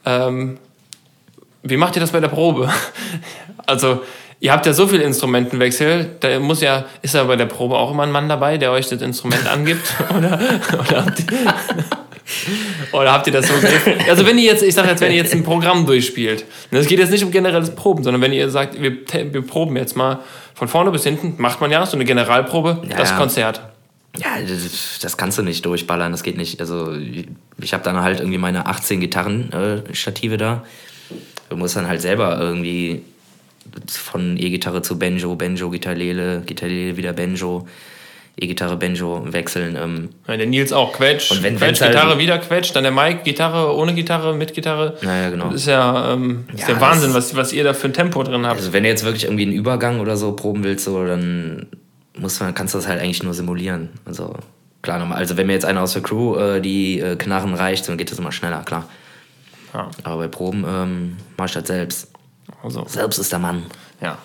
Speaker 2: ähm, wie macht ihr das bei der Probe? Also, ihr habt ja so viele Instrumentenwechsel, da muss ja, ist ja bei der Probe auch immer ein Mann dabei, der euch das Instrument angibt? Oder, oder, habt, ihr, oder habt ihr das so gegriffen? Also, wenn ihr jetzt, ich sag jetzt, wenn ihr jetzt ein Programm durchspielt, ne, es geht jetzt nicht um generelles Proben, sondern wenn ihr sagt, wir, te- wir proben jetzt mal von vorne bis hinten, macht man ja so eine Generalprobe,
Speaker 1: Ja,
Speaker 2: das
Speaker 1: ja.
Speaker 2: Konzert.
Speaker 1: Ja, das, das kannst du nicht durchballern, das geht nicht. Also ich habe dann halt irgendwie meine 18 Gitarrenstative äh, Stative da. Du musst dann halt selber irgendwie von E-Gitarre zu Banjo, Banjo, Gitarrele, Gitarrele wieder Banjo, E-Gitarre, Banjo wechseln. Ähm,
Speaker 2: Ja, der Nils auch quetscht.
Speaker 1: Und wenn-
Speaker 2: quetscht
Speaker 1: wenn's halt-
Speaker 2: Gitarre wieder quetscht, dann der Mike Gitarre ohne Gitarre, mit Gitarre.
Speaker 1: naja, genau.
Speaker 2: Das ist ja, ähm, ist
Speaker 1: Ja,
Speaker 2: der
Speaker 1: das-
Speaker 2: Wahnsinn, was, was ihr da für ein Tempo drin habt.
Speaker 1: Also wenn du jetzt wirklich irgendwie einen Übergang oder so proben willst, so, dann muss man, kannst du das halt eigentlich nur simulieren. Also klar nochmal. Also wenn mir jetzt einer aus der Crew äh, die äh, Knarren reicht, dann geht das immer schneller, klar. Also-
Speaker 2: Ja,
Speaker 1: Aber bei Proben ähm, mach ich das selbst.
Speaker 2: also,
Speaker 1: Selbst ist der Mann.
Speaker 2: ja.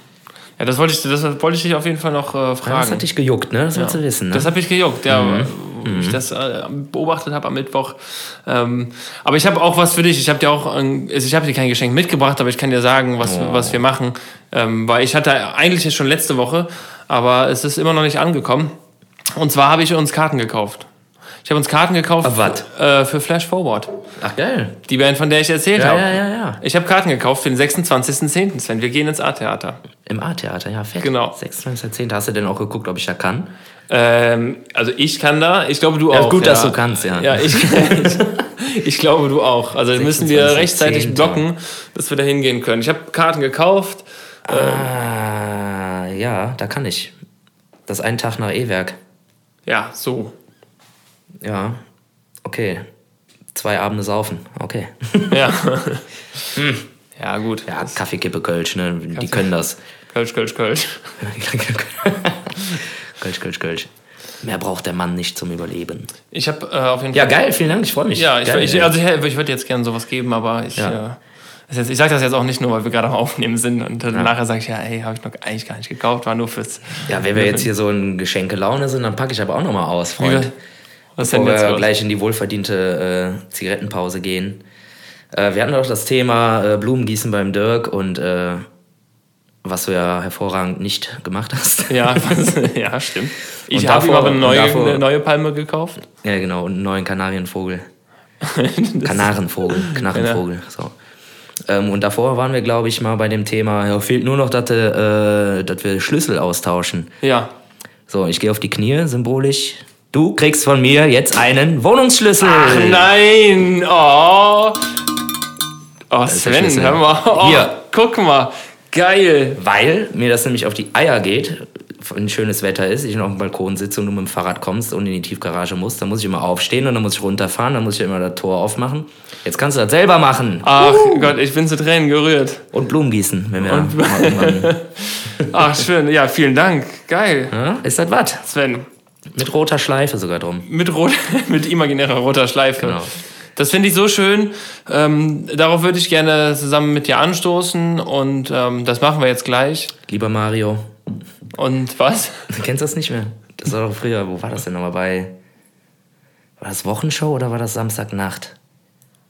Speaker 2: ja das, wollte ich, das wollte ich dich auf jeden Fall noch äh, fragen.
Speaker 1: Das hat dich gejuckt, ne? Das willst du wissen, ne? Mhm.
Speaker 2: Das hat mich gejuckt, ja. wo Ich das äh, beobachtet habe am Mittwoch. Ähm, aber ich habe auch was für dich. Ich habe dir auch, ein, also ich habe dir kein Geschenk mitgebracht, aber ich kann dir sagen, was,
Speaker 1: Oh.
Speaker 2: was wir machen. Ähm, weil ich hatte eigentlich schon letzte Woche, aber es ist immer noch nicht angekommen. Und zwar habe ich uns Karten gekauft. Ich habe uns Karten gekauft
Speaker 1: Auf was?
Speaker 2: äh, für Flash Forward.
Speaker 1: Ach, geil.
Speaker 2: Die Band, von der ich erzählt
Speaker 1: Ja,
Speaker 2: habe.
Speaker 1: ja, ja, ja.
Speaker 2: Ich habe Karten gekauft für den 26.10. Sven. Wir gehen ins A-Theater.
Speaker 1: Im A-Theater, ja, fett.
Speaker 2: Genau.
Speaker 1: 26.10. Hast du denn auch geguckt, ob ich da kann?
Speaker 2: Ähm, also ich kann da, ich glaube du
Speaker 1: Ja,
Speaker 2: auch.
Speaker 1: gut,
Speaker 2: ja.
Speaker 1: dass du kannst, ja.
Speaker 2: Ja, ich, ich, ich glaube du auch. Also müssen wir
Speaker 1: 26.10..
Speaker 2: rechtzeitig blocken, dass wir da hingehen können. Ich habe Karten gekauft.
Speaker 1: Ah, ja, da kann ich. Das ist ein Tag nach E-Werk.
Speaker 2: Ja, so.
Speaker 1: Ja. Okay. Zwei Abende saufen. Okay.
Speaker 2: Ja. ja, gut.
Speaker 1: Hm. Ja, Kaffeekippe Kölsch, ne? Die können das.
Speaker 2: Kölsch, Kölsch, Kölsch.
Speaker 1: Kölsch, Kölsch, Kölsch. Mehr braucht der Mann nicht zum Überleben.
Speaker 2: Ich habe äh, auf jeden
Speaker 1: Ja,
Speaker 2: Fall.
Speaker 1: geil, vielen Dank, ich freue mich.
Speaker 2: Ja, ich,
Speaker 1: geil,
Speaker 2: ich, also ich, ich würde jetzt gerne sowas geben, aber ich.
Speaker 1: Ja.
Speaker 2: Äh, das ist jetzt, ich sage das jetzt auch nicht nur, weil wir gerade am Aufnehmen sind und dann nachher sage ich, ja, ey, habe ich noch eigentlich gar nicht gekauft, war nur fürs.
Speaker 1: ja, wenn wir jetzt hier so in Geschenkelaune sind, dann packe ich aber auch nochmal aus, Freund.
Speaker 2: Was denn
Speaker 1: Bevor
Speaker 2: jetzt?
Speaker 1: wir
Speaker 2: los?
Speaker 1: gleich in die wohlverdiente äh, Zigarettenpause gehen. Äh, wir hatten doch das Thema äh, Blumengießen beim Dirk und äh, was du ja hervorragend nicht gemacht hast.
Speaker 2: Ja, was, ja stimmt. Ich
Speaker 1: Und
Speaker 2: habe ihm
Speaker 1: davor-
Speaker 2: aber eine neue,
Speaker 1: und davor-
Speaker 2: eine neue Palme gekauft.
Speaker 1: ja, genau, und einen neuen Kanarienvogel.
Speaker 2: Das-
Speaker 1: Kanarenvogel, Knarrenvogel. So. Ähm, und davor waren wir, glaube ich, mal bei dem Thema, ja, fehlt nur noch, dass, du, äh, dass wir Schlüssel austauschen.
Speaker 2: ja,
Speaker 1: So, ich gehe auf die Knie, symbolisch, Du kriegst von mir jetzt einen Wohnungsschlüssel.
Speaker 2: Ach nein! Oh! Oh,
Speaker 1: ist der
Speaker 2: Sven,
Speaker 1: Schlüssel.
Speaker 2: hör mal. Oh,
Speaker 1: Hier.
Speaker 2: Guck mal. Geil.
Speaker 1: Weil mir das nämlich auf die Eier geht, wenn schönes Wetter ist, ich noch auf dem Balkon sitze und du mit dem Fahrrad kommst und in die Tiefgarage musst, dann muss ich immer aufstehen und dann muss ich runterfahren, dann muss ich immer das Tor aufmachen. Jetzt kannst du das selber machen
Speaker 2: Ach Gott, ich bin zu Tränen gerührt.
Speaker 1: und Blumen gießen, wenn wir mal irgendwann...
Speaker 2: Ach, schön. Ja, vielen Dank. Geil.
Speaker 1: Ja, ne? ist das was?
Speaker 2: Sven,
Speaker 1: Mit roter Schleife sogar drum.
Speaker 2: mit, rot, mit imaginärer roter Schleife.
Speaker 1: Genau.
Speaker 2: Das finde ich so schön. Ähm, darauf würde ich gerne zusammen mit dir anstoßen und ähm, das machen wir jetzt gleich.
Speaker 1: Lieber Mario,
Speaker 2: Und was?
Speaker 1: du kennst das nicht mehr. Das war doch früher, wo war das denn nochmal bei... War das Wochenshow oder war das Samstagnacht?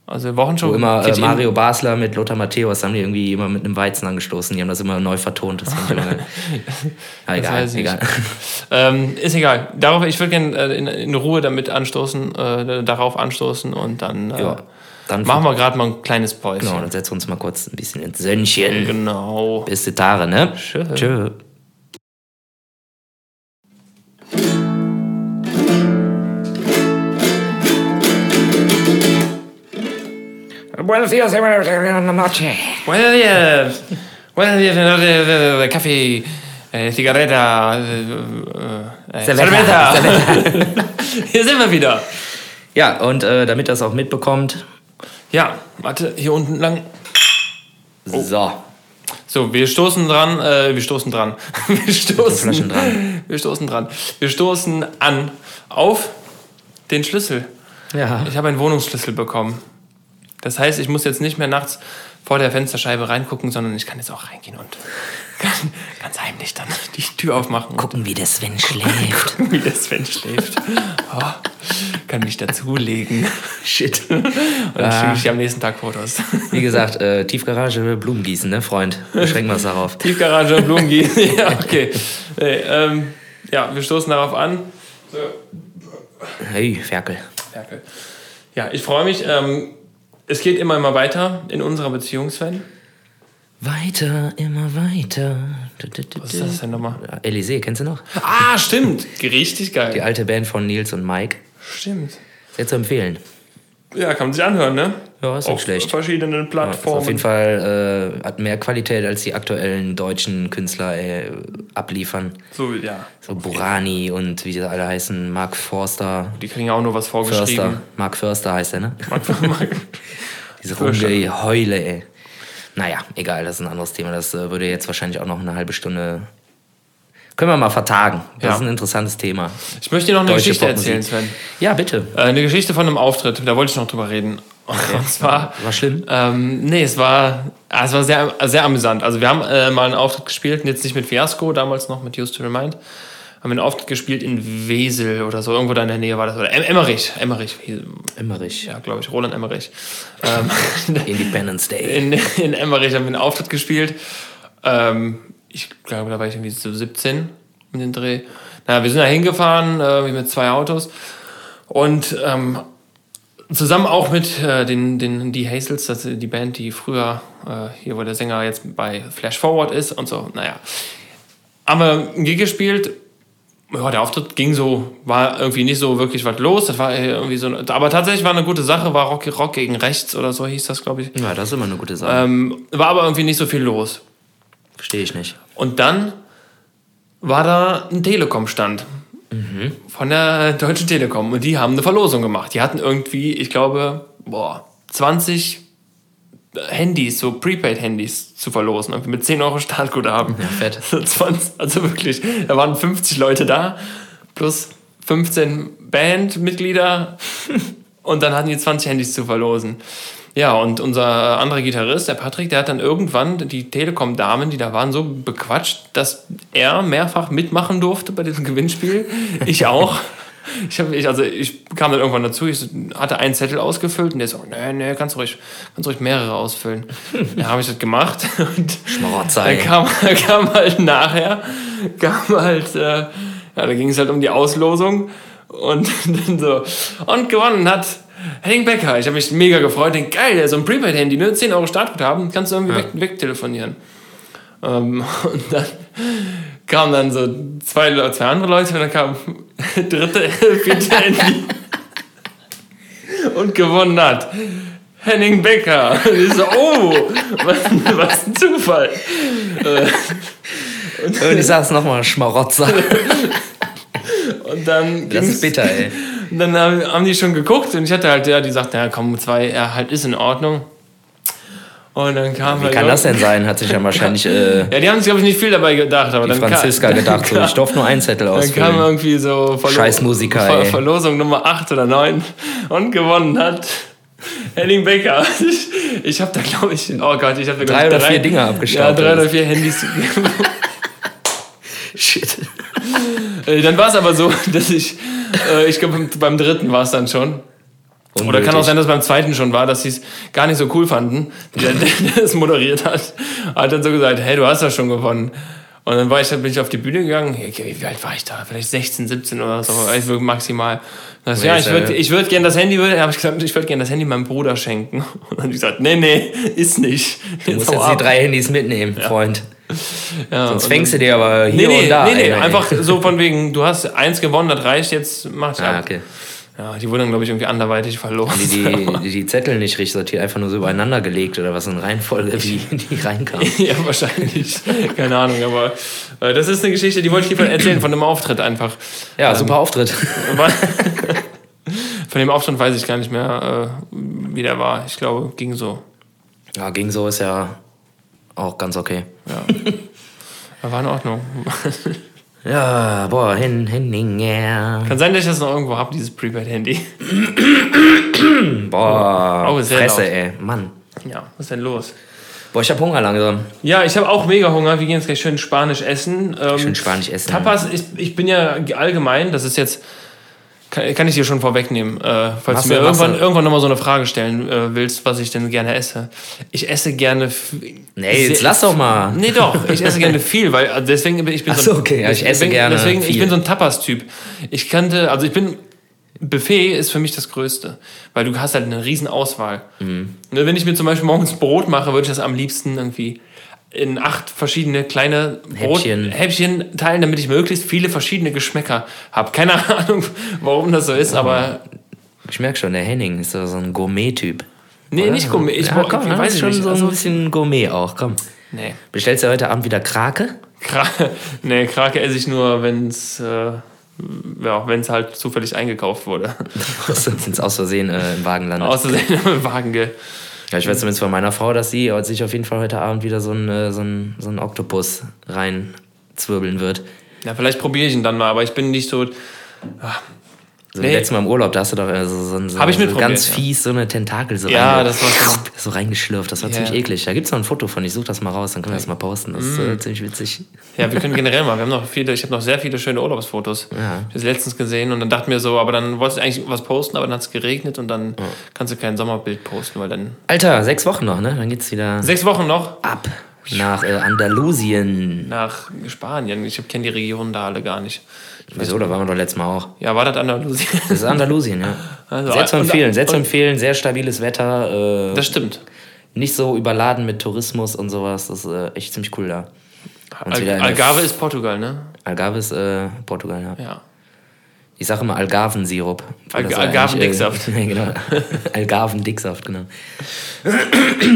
Speaker 2: Also Wochenshow.
Speaker 1: Wo immer
Speaker 2: geht
Speaker 1: äh,
Speaker 2: in-
Speaker 1: Mario Basler mit Lothar Matthäus haben die irgendwie immer mit einem Weizen angestoßen. Die haben das immer neu vertont. Das fand ich immer geil. Ja, egal,
Speaker 2: weiß ich
Speaker 1: egal.
Speaker 2: Ähm, ist egal. Darauf, ich würde gerne äh, in, in Ruhe damit anstoßen, äh, darauf anstoßen und dann äh,
Speaker 1: Ja, dann
Speaker 2: machen wir gerade mal ein kleines Päuschen.
Speaker 1: Genau, dann setzen wir uns mal kurz ein bisschen ins Sönnchen.
Speaker 2: Genau.
Speaker 1: Bis die Tare, ne?
Speaker 2: Tschö.
Speaker 1: Tschö.
Speaker 3: Buenos días, buenas noches.
Speaker 2: Buenos días. Buenos días, señor de, de, de café, eh, cigarreta, eh, eh,
Speaker 1: Cerveza.
Speaker 2: Cerveza. Hier sind wir wieder.
Speaker 1: Ja, und äh, damit das auch mitbekommt.
Speaker 2: Ja, warte, hier unten lang.
Speaker 1: So.
Speaker 2: So, wir stoßen dran, äh, wir stoßen dran. Wir stoßen
Speaker 1: Flaschen dran.
Speaker 2: Wir stoßen dran. Wir stoßen an auf den Schlüssel.
Speaker 1: Ja.
Speaker 2: Ich habe einen Wohnungsschlüssel bekommen. Das heißt, ich muss jetzt nicht mehr nachts vor der Fensterscheibe reingucken, sondern ich kann jetzt auch reingehen und ganz, ganz heimlich dann die Tür aufmachen.
Speaker 1: Gucken, wie der Sven schläft.
Speaker 2: Gucken, wie der Sven schläft. Oh, kann mich dazulegen.
Speaker 1: Shit.
Speaker 2: Und dann schicke ich dir am nächsten Tag Fotos.
Speaker 1: Wie gesagt, äh, Tiefgarage, Blumen gießen, ne, Freund? Beschränken wir uns darauf.
Speaker 2: Tiefgarage und Blumen gießen. ja, okay. Nee, ähm, ja, wir stoßen darauf an. So,
Speaker 1: Hey, Ferkel.
Speaker 2: Merkel. Ja, ich freue mich. Ähm, es geht immer, immer weiter in unserer Beziehung, Sven.
Speaker 1: Weiter, immer weiter. Du, du, du,
Speaker 2: Was ist das denn nochmal?
Speaker 1: du. Elysée, kennst du noch?
Speaker 2: Ah, stimmt. Richtig geil.
Speaker 1: Die alte Band von Nils und Mike.
Speaker 2: Stimmt.
Speaker 1: Sehr zu empfehlen.
Speaker 2: Ja, kann man sich anhören, ne?
Speaker 1: Ja, ist nicht
Speaker 2: Auf
Speaker 1: schlecht.
Speaker 2: verschiedenen
Speaker 1: Ist auf jeden
Speaker 2: Plattformen.
Speaker 1: Fall äh, hat mehr Qualität als die aktuellen deutschen Künstler äh, abliefern.
Speaker 2: so, ja.
Speaker 1: So Burani und wie sie alle heißen, Mark Forster,
Speaker 2: Die kriegen auch nur was
Speaker 1: Förster,
Speaker 2: vorgeschrieben.
Speaker 1: Mark Förster heißt er, ne? Diese
Speaker 2: Förster.
Speaker 1: Rumgeheule, ey. Naja, egal, das ist ein anderes Thema. Das äh, würde jetzt wahrscheinlich auch noch eine halbe Stunde. Können wir mal vertagen. Das
Speaker 2: Ja.
Speaker 1: ist ein interessantes Thema.
Speaker 2: ich möchte dir noch eine
Speaker 1: Deutsche
Speaker 2: Geschichte
Speaker 1: Popmusik.
Speaker 2: erzählen, Sven.
Speaker 1: Ja, bitte.
Speaker 2: Äh, Eine Geschichte von einem Auftritt, da wollte ich noch drüber reden. Und zwar.
Speaker 1: War schlimm?
Speaker 2: Ähm, nee, es war, ah, es war sehr, sehr amüsant. Also, wir haben äh, mal einen Auftritt gespielt, jetzt nicht mit Fiasco, damals noch mit Used to Remind. Haben wir einen Auftritt gespielt in Wesel oder so, irgendwo da in der Nähe war das. Oder em Emmerich, Emmerich, Wesel,
Speaker 1: Immerich.
Speaker 2: ja, glaube ich, Roland Emmerich. Ähm,
Speaker 1: Independence Day.
Speaker 2: in, in Emmerich haben wir einen Auftritt gespielt. Ähm, ich glaube, da war ich irgendwie so 17 um den Dreh. Naja, wir sind da hingefahren äh, mit zwei Autos und ähm, zusammen auch mit äh, den, den die Hazels, das ist die Band, die früher äh, hier, wo der Sänger jetzt bei Flash Forward ist und so. Naja, haben wir ein Gig gespielt ja, der Auftritt ging so, war irgendwie nicht so wirklich was los. Das war irgendwie so, aber tatsächlich war eine gute Sache, war Rock, Rock gegen rechts oder so hieß das, glaube ich.
Speaker 1: Ja, das ist immer eine gute Sache.
Speaker 2: Ähm, war aber irgendwie nicht so viel los.
Speaker 1: Verstehe ich nicht.
Speaker 2: Und dann war da ein Telekom-Stand von der Deutschen Telekom und die haben eine Verlosung gemacht. Die hatten irgendwie, ich glaube, boah, 20 Handys, so Prepaid-Handys zu verlosen, irgendwie mit 10 Euro Startguthaben. Ja,
Speaker 1: fett.
Speaker 2: 20, also wirklich, da waren 50 Leute da, plus 15 Bandmitglieder und dann hatten die 20 Handys zu verlosen. Ja, und unser anderer Gitarrist, der Patrick, der hat dann irgendwann die Telekom-Damen, die da waren, so bequatscht, dass er mehrfach mitmachen durfte bei diesem Gewinnspiel. Ich auch. Ich hab, ich, also ich kam dann irgendwann dazu, ich hatte einen Zettel ausgefüllt und der so, nee, nee, kannst ruhig, kannst ruhig mehrere ausfüllen. Dann habe ich das gemacht und
Speaker 1: Schmarotzei.
Speaker 2: dann kam, dann kam halt nachher, kam halt, äh, ja, da ging es halt um die Auslosung und dann so. Und gewonnen hat Henning Becker. Ich habe mich mega gefreut, denk, geil, der hat so ein Prepaid-Handy, ne? 10 Euro Startguthaben, kannst du irgendwie weg, wegtelefonieren. Ähm, und dann kamen dann so zwei, Le- zwei andere Leute und dann kam dritte, vierte Handy und gewonnen hat. Henning Becker. Und ich so, oh, was, was ein Zufall.
Speaker 1: Und ich sag's nochmal, Schmarotzer.
Speaker 2: Und dann
Speaker 1: Das
Speaker 2: ging's-
Speaker 1: ist bitter, ey.
Speaker 2: Und dann haben, haben die schon geguckt und ich hatte halt, ja, die sagten, ja, komm, zwei, ja, halt ist in Ordnung. Und dann kam
Speaker 1: Wie
Speaker 2: halt
Speaker 1: kann
Speaker 2: noch-
Speaker 1: das denn sein? Hat sich ja wahrscheinlich äh,
Speaker 2: Ja, die haben sich, glaube ich, nicht viel dabei gedacht, aber
Speaker 1: die
Speaker 2: dann kam-
Speaker 1: Franziska
Speaker 2: dann
Speaker 1: gedacht, so,
Speaker 2: kam-
Speaker 1: ich darf nur einen Zettel
Speaker 2: Dann kam
Speaker 1: ausfüllen.
Speaker 2: irgendwie so Verlo
Speaker 1: Scheiß Musiker,
Speaker 2: Ver
Speaker 1: ey.
Speaker 2: Verlosung Nummer 8 oder 9 und gewonnen hat Henning Becker. Ich, ich habe da, glaube ich, oh Gott, ich habe da glaub ich,
Speaker 1: Drei oder vier Dinger abgestaubt,
Speaker 2: Ja, drei
Speaker 1: oder
Speaker 2: oder vier Handys.
Speaker 1: Shit.
Speaker 2: Äh, dann war es aber so, dass ich, äh, ich glaube, beim dritten war es dann schon. Oder kann auch sein, dass es beim zweiten schon war, dass sie es gar nicht so cool fanden, der, der, der es moderiert hat. Hat dann so gesagt, hey, du hast das schon gewonnen. Und dann war ich, bin ich auf die Bühne gegangen. Okay, Wie alt war ich da? Vielleicht 16, 17 oder so, ich würde maximal. Dann sag ich, ja, ich würde ich würd gerne das Handy, würde, habe ich gesagt, ich würde gerne das Handy meinem Bruder schenken. Und dann habe ich gesagt, nee, nee, ist nicht.
Speaker 1: Du musst
Speaker 2: hau
Speaker 1: jetzt die
Speaker 2: ab.
Speaker 1: drei Handys mitnehmen, Freund.
Speaker 2: Ja,
Speaker 1: Sonst
Speaker 2: und-
Speaker 1: fängst du dir aber
Speaker 2: Nee,
Speaker 1: hier
Speaker 2: nee,
Speaker 1: und da.
Speaker 2: nee, nee,
Speaker 1: eine, ey.
Speaker 2: einfach so von wegen, du hast eins gewonnen, das reicht, jetzt mach ich
Speaker 1: Ah,
Speaker 2: ab.
Speaker 1: okay.
Speaker 2: Ja, die wurden dann, glaube ich, irgendwie anderweitig verloren.
Speaker 1: Die, die, die- die Zettel nicht richtig sortiert, einfach nur so übereinander gelegt oder was in Reihenfolge, wie die reinkamen.
Speaker 2: Ja, wahrscheinlich. Keine Ahnung, aber äh, das ist eine Geschichte, die wollte ich dir erzählen, von einem Auftritt einfach.
Speaker 1: Ja, super Auftritt.
Speaker 2: Aber- Von dem Auftritt weiß ich gar nicht mehr, äh, wie der war. Ich glaube, ging so.
Speaker 1: Ja, ging so ist ja auch ganz okay.
Speaker 2: Ja. Aber War in Ordnung.
Speaker 1: Ja, boah, Hen Henninger.
Speaker 2: Kann sein, dass ich das noch irgendwo habe, dieses Prepaid-Handy.
Speaker 1: Boah,
Speaker 2: Oh, sehr
Speaker 1: Fresse,
Speaker 2: laut.
Speaker 1: ey. Mann.
Speaker 2: Ja, was ist denn los?
Speaker 1: Boah, ich hab Hunger langsam.
Speaker 2: Ja, ich habe auch mega Hunger. Wir gehen jetzt gleich schön Spanisch essen. Ähm,
Speaker 1: Schön Spanisch essen.
Speaker 2: Tapas, ich, ich bin ja allgemein, das ist jetzt, kann, kann ich dir schon vorwegnehmen, äh, falls
Speaker 1: Machst
Speaker 2: du mir
Speaker 1: du- machst
Speaker 2: irgendwann,
Speaker 1: du.
Speaker 2: irgendwann nochmal so eine Frage stellen äh, willst, was ich denn gerne esse. Ich esse gerne. f-
Speaker 1: Nee, jetzt
Speaker 2: sehr-
Speaker 1: lass doch mal.
Speaker 2: Nee, doch, ich esse gerne viel, weil also deswegen bin ich bin
Speaker 1: Ah. Ach
Speaker 2: so,
Speaker 1: so, okay, ja, ich esse
Speaker 2: deswegen,
Speaker 1: gerne
Speaker 2: deswegen ich
Speaker 1: viel.
Speaker 2: bin so ein Tapas-Typ. Ich kannte, also ich bin Buffet ist für mich das Größte, weil du hast halt eine riesen Auswahl.
Speaker 1: Mhm.
Speaker 2: Ne, wenn ich mir zum Beispiel morgens Brot mache, würde ich das am liebsten irgendwie in acht verschiedene kleine Brot
Speaker 1: Häppchen.
Speaker 2: Häppchen teilen, damit ich möglichst viele verschiedene Geschmäcker habe. Keine Ahnung, warum das so ist, aber
Speaker 1: Ich merk schon, der Henning ist so so ein Gourmet-Typ.
Speaker 2: nee,
Speaker 1: oder?
Speaker 2: nicht Gourmet. Ich,
Speaker 1: ja, komm,
Speaker 2: ich
Speaker 1: weiß
Speaker 2: weiß
Speaker 1: ist
Speaker 2: es
Speaker 1: schon
Speaker 2: nicht.
Speaker 1: so ein
Speaker 2: Also,
Speaker 1: bisschen Gourmet auch, komm.
Speaker 2: nee.
Speaker 1: Bestellst du heute Abend wieder Krake?
Speaker 2: Kra nee, Krake esse ich nur, wenn es äh, ja, wenn's halt zufällig eingekauft wurde.
Speaker 1: Sonst aus Versehen äh, im Wagen landet.
Speaker 2: Außerdem im Wagen. ge-
Speaker 1: Ja, ich weiß zumindest von meiner Frau, dass sie sich auf jeden Fall heute Abend wieder so einen äh, so einen- so einen Oktopus reinzwirbeln wird.
Speaker 2: Ja, vielleicht probiere ich ihn dann mal, aber ich bin nicht so.
Speaker 1: So
Speaker 2: Nee.
Speaker 1: letztes Mal im Urlaub, da hast du doch äh, so, so, ein- so,
Speaker 2: Hab ich
Speaker 1: so
Speaker 2: mitprobiert,
Speaker 1: ganz
Speaker 2: ja.
Speaker 1: fies so eine Tentakel so
Speaker 2: Ah, Ja,
Speaker 1: reinge-
Speaker 2: das war schon-
Speaker 1: so reingeschlürft. Das war
Speaker 2: Ja.
Speaker 1: ziemlich eklig. Da gibt es noch ein Foto von. Ich suche das mal raus, dann können wir das mal posten. Das ist
Speaker 2: Mhm.
Speaker 1: äh, ziemlich witzig.
Speaker 2: Ja, wir können generell mal. Wir haben noch viele, ich habe noch sehr viele schöne Urlaubsfotos.
Speaker 1: Ja.
Speaker 2: Ich habe letztens gesehen und dann dachte mir so, aber dann wolltest du eigentlich was posten, aber dann hat es geregnet und dann kannst du kein Sommerbild posten, weil dann.
Speaker 1: Alter, sechs Wochen noch, ne? Dann geht's wieder
Speaker 2: Sechs Wochen noch
Speaker 1: ab nach äh, Andalusien.
Speaker 2: nach Spanien. Ich kenne die Regionen da alle gar nicht.
Speaker 1: Wieso? Da waren wir doch letztes Mal auch.
Speaker 2: Ja, war das Andalusien?
Speaker 1: Das ist Andalusien, ja.
Speaker 2: Also,
Speaker 1: sehr zu
Speaker 2: und-
Speaker 1: empfehlen, sehr zu
Speaker 2: und-
Speaker 1: empfehlen. Sehr stabiles Wetter. Äh,
Speaker 2: Das stimmt.
Speaker 1: nicht so überladen mit Tourismus und sowas. Das ist äh, echt ziemlich cool da. Und
Speaker 2: Al
Speaker 1: wieder eine-
Speaker 2: Algarve ist Portugal, ne?
Speaker 1: Algarve ist äh, Portugal, ja.
Speaker 2: Ja.
Speaker 1: Ich sage immer Algarvensirup.
Speaker 2: Alg-
Speaker 1: Das war eigentlich,
Speaker 2: Algarvendicksaft.
Speaker 1: Äh, nee, genau. Algarvendicksaft, genau.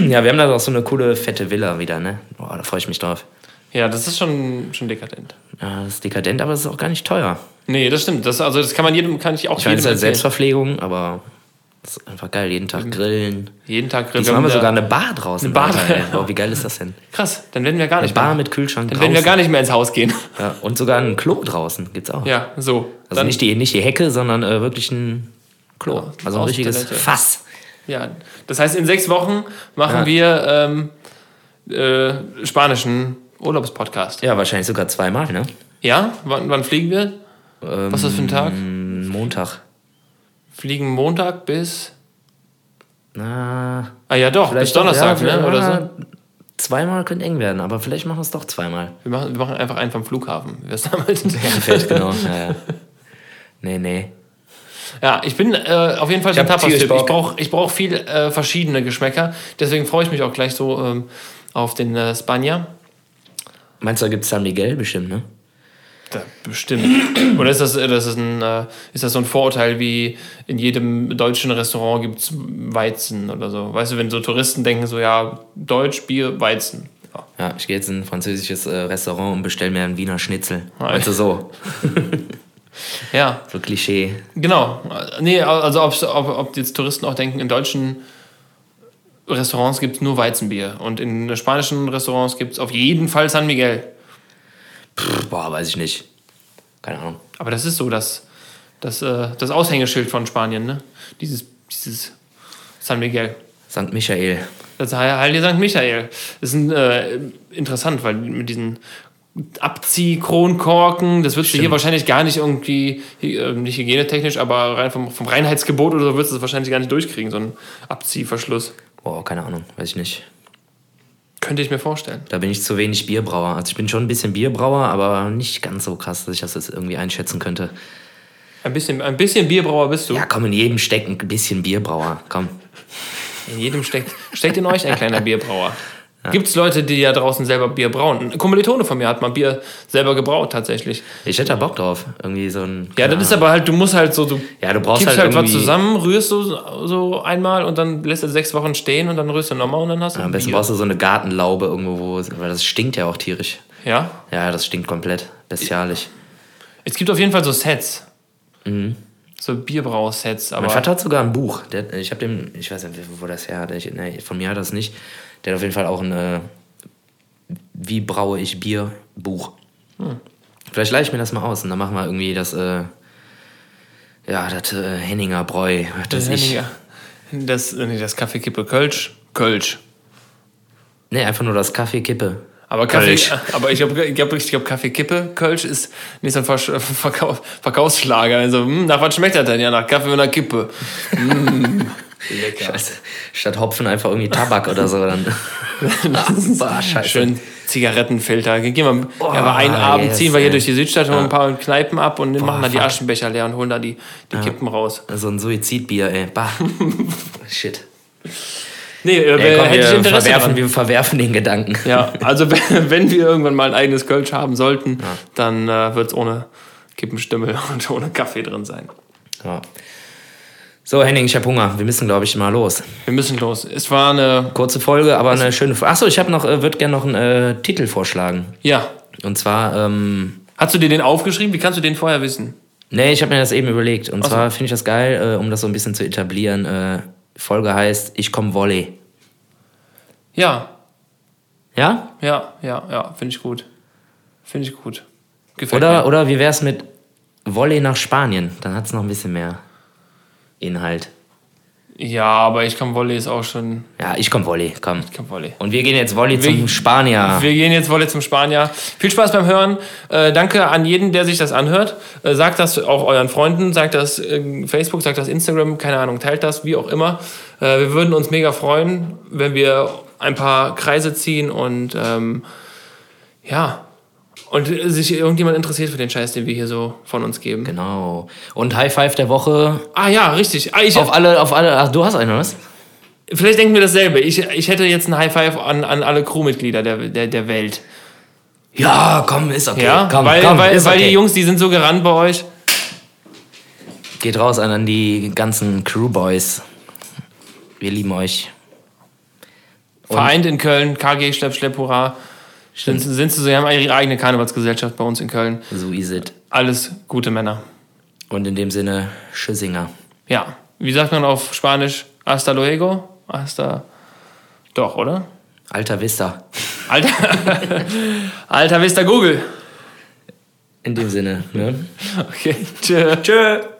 Speaker 1: ja, wir haben da auch so eine coole, fette Villa wieder, ne? Boah, da freue ich mich drauf.
Speaker 2: Ja, das ist schon, schon dekadent.
Speaker 1: Ja, das ist dekadent, aber es ist auch gar nicht teuer.
Speaker 2: Nee, das stimmt. Das, also das kann man jedem, kann ich auch
Speaker 1: Ich meine, es ist halt
Speaker 2: jedem empfehlen.
Speaker 1: Selbstverpflegung, aber es ist einfach geil. Jeden
Speaker 2: Mhm.
Speaker 1: Tag grillen.
Speaker 2: jeden Tag grillen.
Speaker 1: Diesmal haben wir
Speaker 2: wieder-
Speaker 1: sogar eine Bar draußen. Eine
Speaker 2: Bar.
Speaker 1: Boah, wie geil ist das denn?
Speaker 2: Krass, dann werden wir gar
Speaker 1: Eine
Speaker 2: nicht
Speaker 1: Bar
Speaker 2: mehr,
Speaker 1: mit Kühlschrank
Speaker 2: dann werden wir
Speaker 1: draußen.
Speaker 2: gar nicht mehr ins Haus gehen.
Speaker 1: Ja, und sogar ein Klo draußen gibt's auch.
Speaker 2: Ja, so.
Speaker 1: Also nicht die, nicht die Hecke, sondern äh, wirklich ein Klo. also ein
Speaker 2: Außentoilette.
Speaker 1: richtiges Fass.
Speaker 2: ja, das heißt, in sechs Wochen machen
Speaker 1: Ja.
Speaker 2: wir ähm, äh, spanischen Urlaubspodcast. Ja,
Speaker 1: Ja, wahrscheinlich sogar zweimal, ne?
Speaker 2: Wann, wann fliegen wir?
Speaker 1: Ähm,
Speaker 2: Was ist das für ein Tag?
Speaker 1: m, Montag.
Speaker 2: Fliegen Montag bis.
Speaker 1: Na,
Speaker 2: Ah ja, doch, bis
Speaker 1: vielleicht
Speaker 2: Donnerstag,
Speaker 1: doch, ja,
Speaker 2: ne?
Speaker 1: vielleicht-
Speaker 2: Oder so.
Speaker 1: ja, Zweimal könnte eng werden, aber vielleicht machen wir es doch zweimal.
Speaker 2: Wir machen, wir machen einfach einen vom Flughafen. Wie wär's damit?
Speaker 1: Vielleicht, genau. ja, ja. Nee, nee.
Speaker 2: Ja, ich bin äh, auf jeden Fall so ein
Speaker 1: hab
Speaker 2: Tapas-Typ.
Speaker 1: tierisch
Speaker 2: Ich
Speaker 1: Bock.
Speaker 2: brauche ich brauch viel äh, verschiedene Geschmäcker. Deswegen freue ich mich auch gleich so ähm, auf den äh, Spanier.
Speaker 1: Meinst du, da gibt es San Miguel bestimmt, ne?
Speaker 2: Da, bestimmt. Oder ist das, äh, das ist, ein, äh, ist das so ein Vorurteil wie in jedem deutschen Restaurant gibt es Weizen oder so? Weißt du, wenn so Touristen denken, so ja, Deutsch, Bier, Weizen. Ja.
Speaker 1: Ja, ich gehe jetzt in ein französisches äh, Restaurant und bestelle mir einen Wiener Schnitzel.
Speaker 2: Nein.
Speaker 1: Also so,
Speaker 2: ja.
Speaker 1: so Klischee.
Speaker 2: Genau. Äh, Nee, also ob's- ob, ob jetzt Touristen auch denken, in deutschen Restaurants gibt es nur Weizenbier und in spanischen Restaurants gibt es auf jeden Fall San Miguel.
Speaker 1: Pff, boah, weiß ich nicht. Keine Ahnung.
Speaker 2: Aber das ist so das, das, äh, das Aushängeschild von Spanien, ne? Dieses, dieses San Miguel.
Speaker 1: St. Michael.
Speaker 2: Das Heil- Heilige St. Michael. Das ist ein, äh, interessant, weil mit diesen Abziehkronkorken, das würdest du hier wahrscheinlich gar nicht irgendwie, äh, nicht hygienetechnisch, aber rein vom, vom Reinheitsgebot oder so würdest du das wahrscheinlich gar nicht durchkriegen, so einen Abziehverschluss.
Speaker 1: Boah, keine Ahnung, weiß ich nicht.
Speaker 2: Könnte ich mir vorstellen.
Speaker 1: Da bin ich zu wenig Bierbrauer. Also ich bin schon ein bisschen Bierbrauer, aber nicht ganz so krass, dass ich das jetzt irgendwie einschätzen könnte.
Speaker 2: Ein bisschen, ein bisschen Bierbrauer bist du.
Speaker 1: Ja, komm, in jedem steckt ein bisschen Bierbrauer. Komm.
Speaker 2: In jedem steckt, steckt in euch ein kleiner Bierbrauer. Gibt es Leute, die ja draußen selber Bier brauen? Ein Kommilitone von mir hat mal Bier selber gebraut, tatsächlich.
Speaker 1: Ich hätte da Bock drauf. Irgendwie so ein.
Speaker 2: Ja, das ist aber halt, du musst halt so, du
Speaker 1: Ja, du brauchst halt
Speaker 2: kippst halt, was
Speaker 1: irgendwie-
Speaker 2: zusammen, rührst so, so einmal und dann lässt du sechs Wochen stehen und dann rührst du nochmal und dann hast du.
Speaker 1: Am besten
Speaker 2: Bier.
Speaker 1: brauchst du so eine Gartenlaube irgendwo, wo, weil das stinkt ja auch tierisch.
Speaker 2: Ja.
Speaker 1: Ja, das stinkt komplett. Bestialisch.
Speaker 2: Es gibt auf jeden Fall so Sets. So Bierbrau-Sets, aber.
Speaker 1: Mhm. Mein Vater hat sogar ein Buch. Der, ich habe dem, ich weiß nicht, wo das her hat. Ich, nee, von mir hat das nicht. Der hat auf jeden Fall auch ein äh, Wie braue ich Bier Buch.
Speaker 2: Hm.
Speaker 1: Vielleicht leih ich mir das mal aus und dann machen wir irgendwie das, äh, ja, das äh, Henninger Bräu. Was
Speaker 2: das,
Speaker 1: weiß ich.
Speaker 2: das, nee, das Kaffeekippe Kölsch. Kölsch.
Speaker 1: Nee, einfach nur das Kaffeekippe.
Speaker 2: Aber Kaffee, äh,
Speaker 1: Kölsch.
Speaker 2: aber ich glaube, ich glaub, ich glaub, Kaffeekippe, Kölsch ist nicht so ein Versch Verkauf Verkaufsschlager. Also, hm, nach was schmeckt das denn? Ja, nach Kaffee und einer Kippe. Mm, lecker.
Speaker 1: Scheiße. Statt Hopfen einfach irgendwie Tabak oder so. Dann. Boah, scheiße.
Speaker 2: Schön Zigarettenfilter. Gehen wir
Speaker 1: Oh,
Speaker 2: ja, aber einen Abend
Speaker 1: yes,
Speaker 2: ziehen wir hier
Speaker 1: ey.
Speaker 2: durch die Südstadt, holen ein paar Kneipen ab und machen da die
Speaker 1: fuck.
Speaker 2: Aschenbecher leer und holen da die, die Kippen raus.
Speaker 1: So ein Suizidbier, ey. Bah. Shit.
Speaker 2: Nee, äh,
Speaker 1: Ey, komm,
Speaker 2: hätte ich
Speaker 1: wir,
Speaker 2: Interesse
Speaker 1: verwerfen,
Speaker 2: dran.
Speaker 1: wir verwerfen den Gedanken.
Speaker 2: Ja, also wenn wenn wir irgendwann mal ein eigenes Kölsch haben sollten, dann äh, wird es ohne Kippenstimmel und ohne Kaffee drin sein.
Speaker 1: Ja. So, Henning, ich habe Hunger. Wir müssen, glaube ich, mal los.
Speaker 2: Wir müssen los. Es war eine,
Speaker 1: Kurze Folge, aber eine schöne Folge. Achso, ich habe noch, äh, würde gerne noch einen äh, Titel vorschlagen.
Speaker 2: ja,
Speaker 1: Und zwar, ähm,
Speaker 2: Hast du dir den aufgeschrieben? Wie kannst du den vorher wissen?
Speaker 1: nee, ich habe mir das eben überlegt. Und zwar finde ich das geil, äh, um das so ein bisschen zu etablieren. Äh, Folge heißt Ich komm Volley.
Speaker 2: Ja,
Speaker 1: Ja?
Speaker 2: ja, ja, ja, finde ich gut. Finde ich gut. Gefällt
Speaker 1: Oder,
Speaker 2: mir.
Speaker 1: oder wie wär's mit Volley nach Spanien? Dann hat's noch ein bisschen mehr Inhalt.
Speaker 2: Ja, aber ich kann Volley ist auch schon.
Speaker 1: Ja, ich komm Volley, komm.
Speaker 2: Ich kann Volley.
Speaker 1: Und wir gehen jetzt Volley zum Spanier.
Speaker 2: Wir gehen jetzt Volley zum Spanier. Viel Spaß beim Hören. Äh, danke an jeden, der sich das anhört. Äh, sagt das auch euren Freunden, sagt das äh, Facebook, sagt das Instagram, keine Ahnung, teilt das, wie auch immer. Äh, wir würden uns mega freuen, wenn wir ein paar Kreise ziehen und ähm, ja. Und äh, sich irgendjemand interessiert für den Scheiß, den wir hier so von uns geben.
Speaker 1: Genau. Und High Five der Woche.
Speaker 2: Ah ja, richtig. Ah, ich,
Speaker 1: Auf alle, auf alle. Ach, du hast einen, oder was?
Speaker 2: vielleicht denken wir dasselbe. Ich, ich hätte jetzt ein High Five an, an alle Crewmitglieder der, der, der Welt.
Speaker 1: Ja, komm, ist okay.
Speaker 2: Ja,
Speaker 1: komm,
Speaker 2: weil,
Speaker 1: komm,
Speaker 2: weil,
Speaker 1: ist
Speaker 2: weil
Speaker 1: okay.
Speaker 2: die Jungs, die sind so gerannt bei euch.
Speaker 1: Geht raus an, an die ganzen Crewboys. Wir lieben euch.
Speaker 2: Vereint in Köln, KG, Schlepp, Schlepp, Hurra. Sind, sind sie so, sie haben ihre eigene Karnevalsgesellschaft bei uns in Köln.
Speaker 1: So is it.
Speaker 2: Alles gute Männer.
Speaker 1: Und in dem Sinne, Schüssinger.
Speaker 2: Ja. Wie sagt man auf Spanisch? Hasta luego? Hasta. Doch, oder?
Speaker 1: Alter Vista.
Speaker 2: Alter. Alter Vista Google.
Speaker 1: In dem Sinne, ne?
Speaker 2: Okay. Tschö. Tschö.